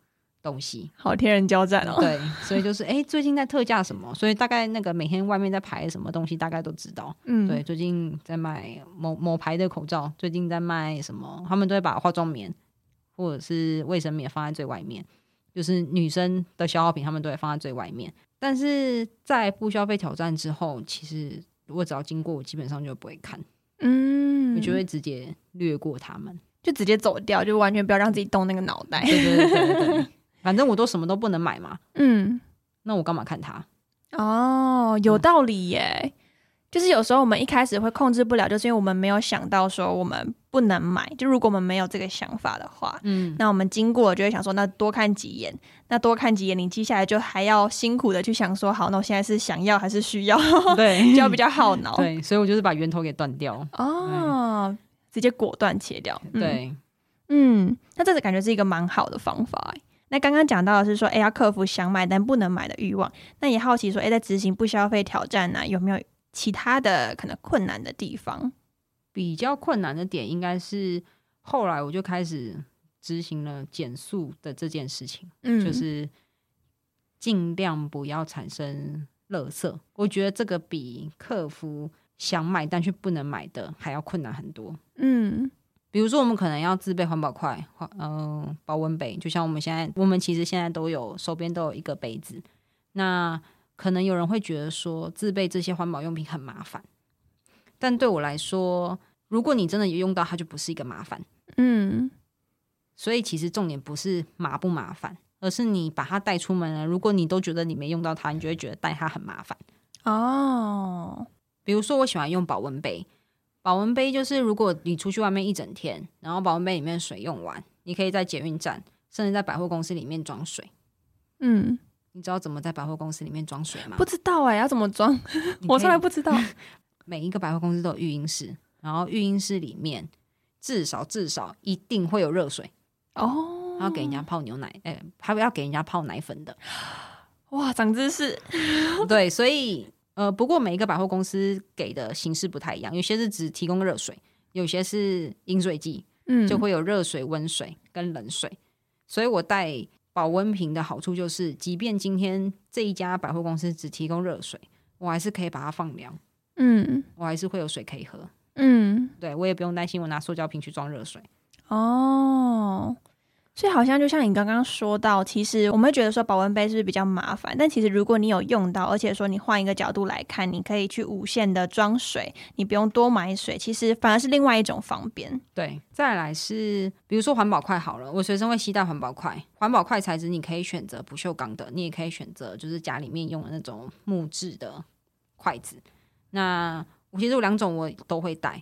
A: 东西。
B: 好天人交战哦，
A: 对，所以就是哎、诶最近在特价什么，所以大概那个每天外面在排什么东西，大概都知道。
B: 嗯
A: 对，最近在卖某某牌的口罩，最近在卖什么？他们都会把化妆棉或者是卫生棉放在最外面，就是女生的消耗品，他们都会放在最外面。但是在不消费挑战之后，其实我只要经过，我基本上就不会看，
B: 嗯
A: 我就会直接略过他们。
B: 就直接走掉，就完全不要让自己动那个脑袋。
A: 对对对对 对，反正我都什么都不能买嘛，
B: 嗯，
A: 那我干嘛看它？
B: 哦，有
A: 嗯
B: 道理耶。就是有时候我们一开始会控制不了，就是因为我们没有想到说我们不能买。就如果我们没有这个想法的话，
A: 嗯，
B: 那我们经过了就会想说，那多看几眼，那多看几眼，你接下来就还要辛苦的去想说，好，那我现在是想要还是需要，
A: 对
B: 就 要比较耗脑。
A: 对，所以我就是把源头给断掉。
B: 哦，直接果断切掉。嗯，
A: 对，
B: 嗯，那这个感觉是一个蛮好的方法欸。那刚刚讲到的是说，哎、要克服想买但不能买的欲望。那也好奇说，哎、在执行不消费挑战呢、有没有其他的可能困难的地方？
A: 比较困难的点应该是后来我就开始执行了减速的这件事情，
B: 嗯
A: 就是尽量不要产生垃圾。我觉得这个比克服想买但却不能买的还要困难很多。
B: 嗯
A: 比如说，我们可能要自备环保筷、环呃保温杯，就像我们现在，我们其实现在都有手边都有一个杯子。那可能有人会觉得说，自备这些环保用品很麻烦，但对我来说，如果你真的有用到，它就不是一个麻烦。
B: 嗯
A: 所以其实重点不是麻不麻烦，而是你把它带出门了。如果你都觉得你没用到它，你就会觉得带它很麻烦。
B: 哦
A: 比如说，我喜欢用保温杯。保温杯就是，如果你出去外面一整天，然后保温杯里面水用完，你可以在捷运站，甚至在百货公司里面装水。
B: 嗯，
A: 你知道怎么在百货公司里面装水吗？
B: 不知道哎、要怎么装？
A: 你可以
B: 我从来不知道。
A: 每一个百货公司都有育婴室，然后育婴室里面至少至少一定会有热水，
B: 哦，
A: 然后给人家泡牛奶，哎、还要给人家泡奶粉的。
B: 哇，长知识。
A: 对，所以呃，不过每一个百货公司给的形式不太一样，有些是只提供热水，有些是饮水机，
B: 嗯
A: 就会有热水、温水跟冷水。所以我带保温瓶的好处就是，即便今天这一家百货公司只提供热水，我还是可以把它放凉，
B: 嗯
A: 我还是会有水可以喝。
B: 嗯
A: 对我也不用担心我拿塑胶瓶去装热水。
B: 哦，所以好像就像你刚刚说到，其实我们会觉得说保温杯是不是比较麻烦，但其实如果你有用到，而且说你换一个角度来看，你可以去无限的装水，你不用多买水，其实反而是另外一种方便。
A: 对，再来是比如说环保筷好了，我随身会携带环保筷。环保筷材质你可以选择不锈钢的，你也可以选择就是家里面用的那种木质的筷子。那我其实有两种我都会带，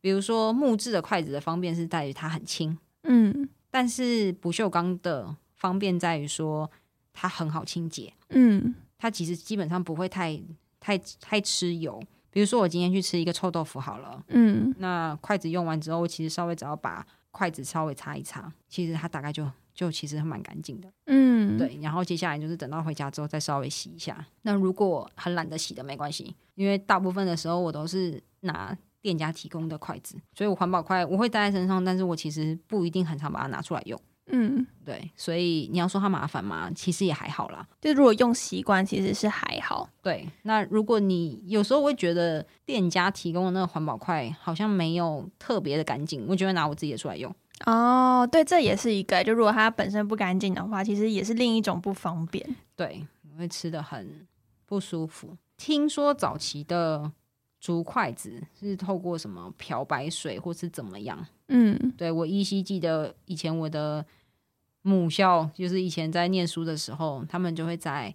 A: 比如说木质的筷子的方便是在于它很轻，
B: 嗯
A: 但是不锈钢的方便在于说它很好清洁，
B: 嗯
A: 它其实基本上不会太太太吃油。比如说我今天去吃一个臭豆腐好了，
B: 嗯
A: 那筷子用完之后，我其实稍微只要把筷子稍微擦一擦，其实它大概就就其实蛮干净的。
B: 嗯，，
A: 对，然后接下来就是等到回家之后再稍微洗一下。那如果很懒得洗的没关系，因为大部分的时候我都是拿店家提供的筷子，所以我环保筷我会带在身上，但是我其实不一定很常把它拿出来用。
B: 嗯，
A: 对，所以你要说它麻烦嘛，其实也还好啦。
B: 就如果用习惯，其实是还好。
A: 对，那如果你有时候会觉得店家提供的那个环保筷好像没有特别的干净，我就会拿我自己的出来用。
B: 哦，对，这也是一个。就如果它本身不干净的话，其实也是另一种不方便。
A: 对，我会吃的很不舒服。听说早期的竹筷子是透过什么漂白水或是怎么样？
B: 嗯
A: 对我依稀记得以前我的母校，就是以前在念书的时候，他们就会在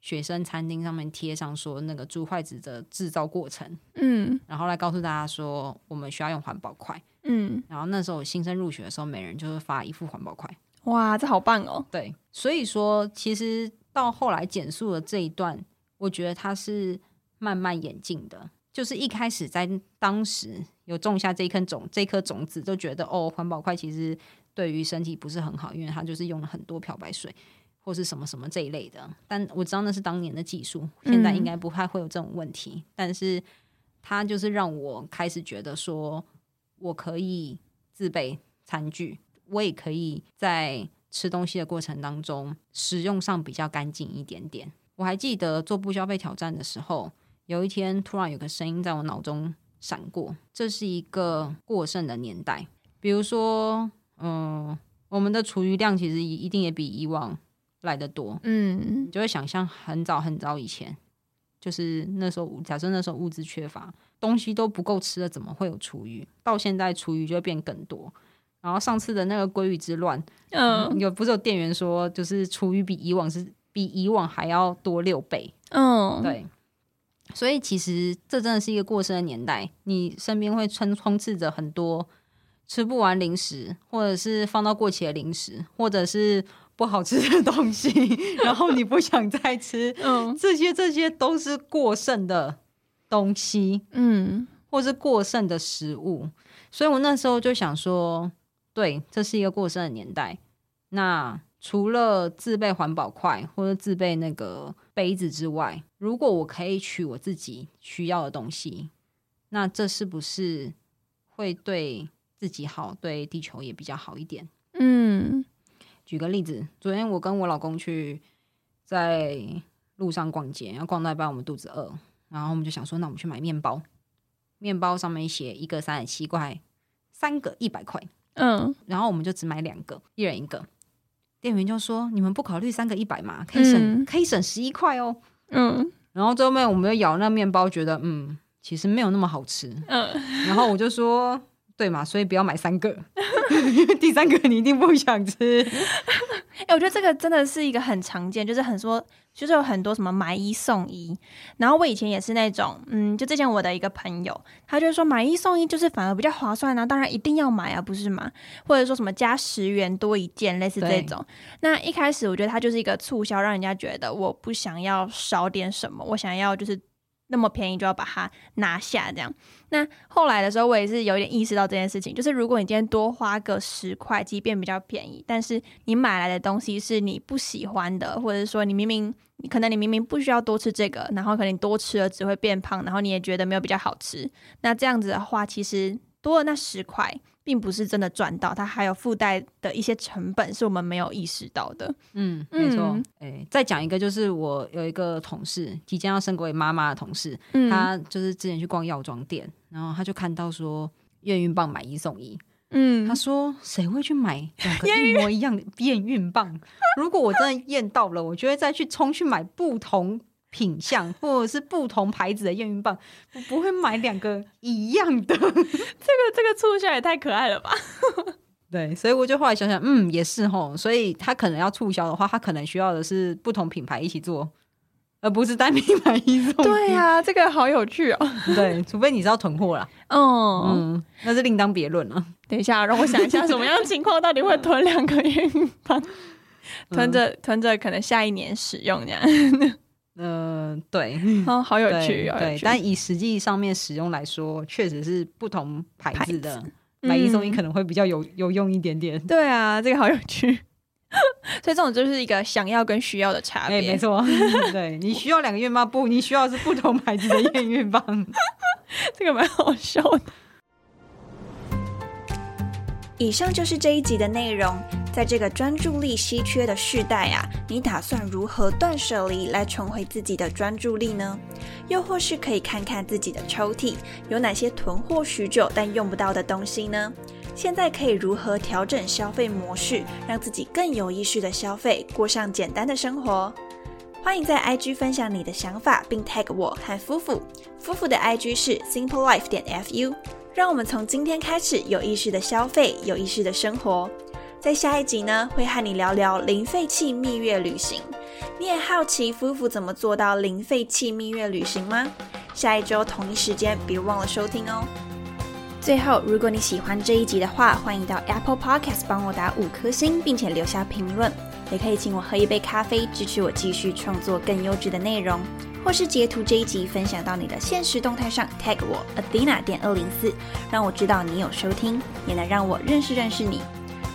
A: 学生餐厅上面贴上说那个竹筷子的制造过程，
B: 嗯
A: 然后来告诉大家说我们需要用环保筷。
B: 嗯，
A: 然后那时候我新生入学的时候，每人就会发一副环保筷。
B: 哇，这好棒哦。
A: 对，所以说其实到后来减速的这一段，我觉得它是慢慢演进的。就是一开始在当时有种下这一颗种这颗种子，就觉得哦，环保筷其实对于身体不是很好，因为它就是用了很多漂白水或是什么什么这一类的。但我知道那是当年的技术，现在应该不太会有这种问题。但是它就是让我开始觉得说，我可以自备餐具，我也可以在吃东西的过程当中使用上比较干净一点点。我还记得做不消费挑战的时候，有一天突然有个声音在我脑中闪过，这是一个过剩的年代，比如说，嗯，我们的厨余量其实一一定也比以往来的多。
B: 嗯
A: 你就会想象很早很早以前，就是那时候假设那时候物资缺乏，东西都不够吃了，怎么会有厨余？到现在厨余就会变更多。然后上次的那个鲑鱼之乱，
B: 嗯
A: 有不是有店员说，就是厨余比以往是比以往还要多六倍，
B: 嗯，，
A: 对。所以其实这真的是一个过剩的年代，你身边会充充斥着很多吃不完零食，或者是放到过期的零食，或者是不好吃的东西， 然后你不想再吃，
B: 嗯
A: 这些这些都是过剩的东西。
B: 嗯
A: 或是过剩的食物，所以我那时候就想说，对，这是一个过剩的年代。那除了自备环保筷或者自备那个杯子之外，如果我可以取我自己需要的东西，那这是不是会对自己好，对地球也比较好一点？
B: 嗯
A: 举个例子，昨天我跟我老公去在路上逛街，然后逛到一半我们肚子饿，然后我们就想说，那我们去买面包。面包上面写一个三十七块，三个一百块，
B: 嗯，
A: 然后我们就只买两个，一人一个。店员就说：“你们不考虑三个一百吗？可以省，
B: 嗯
A: 可以省十一块哦。
B: 嗯”
A: 然后最后面我们就咬那面包，觉得嗯，其实没有那么好吃。
B: 嗯，
A: 然后我就说：“对嘛，所以不要买三个， 因为第三个你一定不想吃。”
B: 哎、我觉得这个真的是一个很常见，就是很说，就是有很多什么买一送一。然后我以前也是那种，嗯，就之前我的一个朋友，他就说买一送一就是反而比较划算啊，当然一定要买啊，不是吗？或者说什么加十元多一件，类似这
A: 对
B: 种。那一开始我觉得他就是一个促销，让人家觉得我不想要少点什么，我想要就是那么便宜就要把它拿下这样。那后来的时候，我也是有点意识到这件事情，就是如果你今天多花个十块，即便比较便宜，但是你买来的东西是你不喜欢的，或者是说你明明可能你明明不需要多吃这个，然后可能你多吃了只会变胖，然后你也觉得没有比较好吃，那这样子的话，其实多了那十块，并不是真的赚到，它还有附带的一些成本是我们没有意识到的。
A: 嗯，没错
B: 嗯。
A: 哎、再讲一个，就是我有一个同事，即将要升格为妈妈的同事，
B: 嗯
A: 她就是之前去逛药妆店，然后她就看到说验孕棒买一送一，
B: 嗯
A: 她说谁会去买两 个一模一样的验孕棒？如果我真的验到了，我就会再去冲去买不同。品相或者是不同牌子的验孕棒，我不会买两个一样的。
B: 这个促销也太可爱了吧？
A: 对，所以我就后来想想，嗯，也是吼。所以他可能要促销的话，他可能需要的是不同品牌一起做，而不是单 品牌一送一。
B: 对、啊呀、这个好有趣哦。
A: 对，除非你是要囤货啦，
B: 嗯，
A: 嗯，那是另当别论了。
B: 等一下，让我想一 下，什么样的情况到底会囤两个月棒？ 囤着囤着，可能下一年使用这样。
A: 嗯、呃，对，
B: 哦，好 有趣，
A: 对
B: 好有
A: 对，
B: 趣。
A: 但以实际上面使用来说，确实是不同牌子的买
B: 嗯
A: 一送一可能会比较有有用一点点。
B: 对啊，这个好有趣。 所以这种就是一个想要跟需要的差
A: 哎、
B: 别。
A: 没 错，对你需要两个验棒不？你需要的是不同牌子的 验孕棒。
B: 这个蛮好笑的。
C: 以上就是这一集的内容。在这个专注力稀缺的世代啊，你打算如何断舍离来重回自己的专注力呢？又或是可以看看自己的抽屉，有哪些囤货许久但用不到的东西呢？现在可以如何调整消费模式，让自己更有意识的消费，过上简单的生活？欢迎在 IG 分享你的想法，并 tag 我和夫妇。夫妇的 IG 是 simple life 点 fu。让我们从今天开始有意识的消费，有意识的生活。在下一集呢，会和你聊聊零废弃蜜月旅行。你也好奇夫妇怎么做到零废弃蜜月旅行吗？下一周同一时间，别忘了收听哦。最后，如果你喜欢这一集的话，欢迎到 Apple Podcast 帮我打五颗星，并且留下评论。也可以请我喝一杯咖啡，支持我继续创作更优质的内容，或是截图这一集分享到你的现实动态上，tag 我 Athena 点二零四，让我知道你有收听，也能让我认识认识你。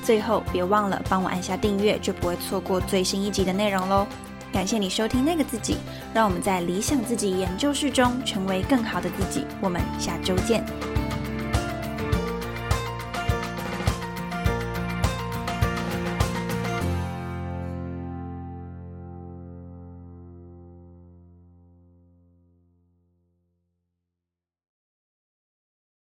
C: 最后，别忘了帮我按下订阅，就不会错过最新一集的内容喽。感谢你收听那个自己，让我们在理想自己研究室中成为更好的自己。我们下周见。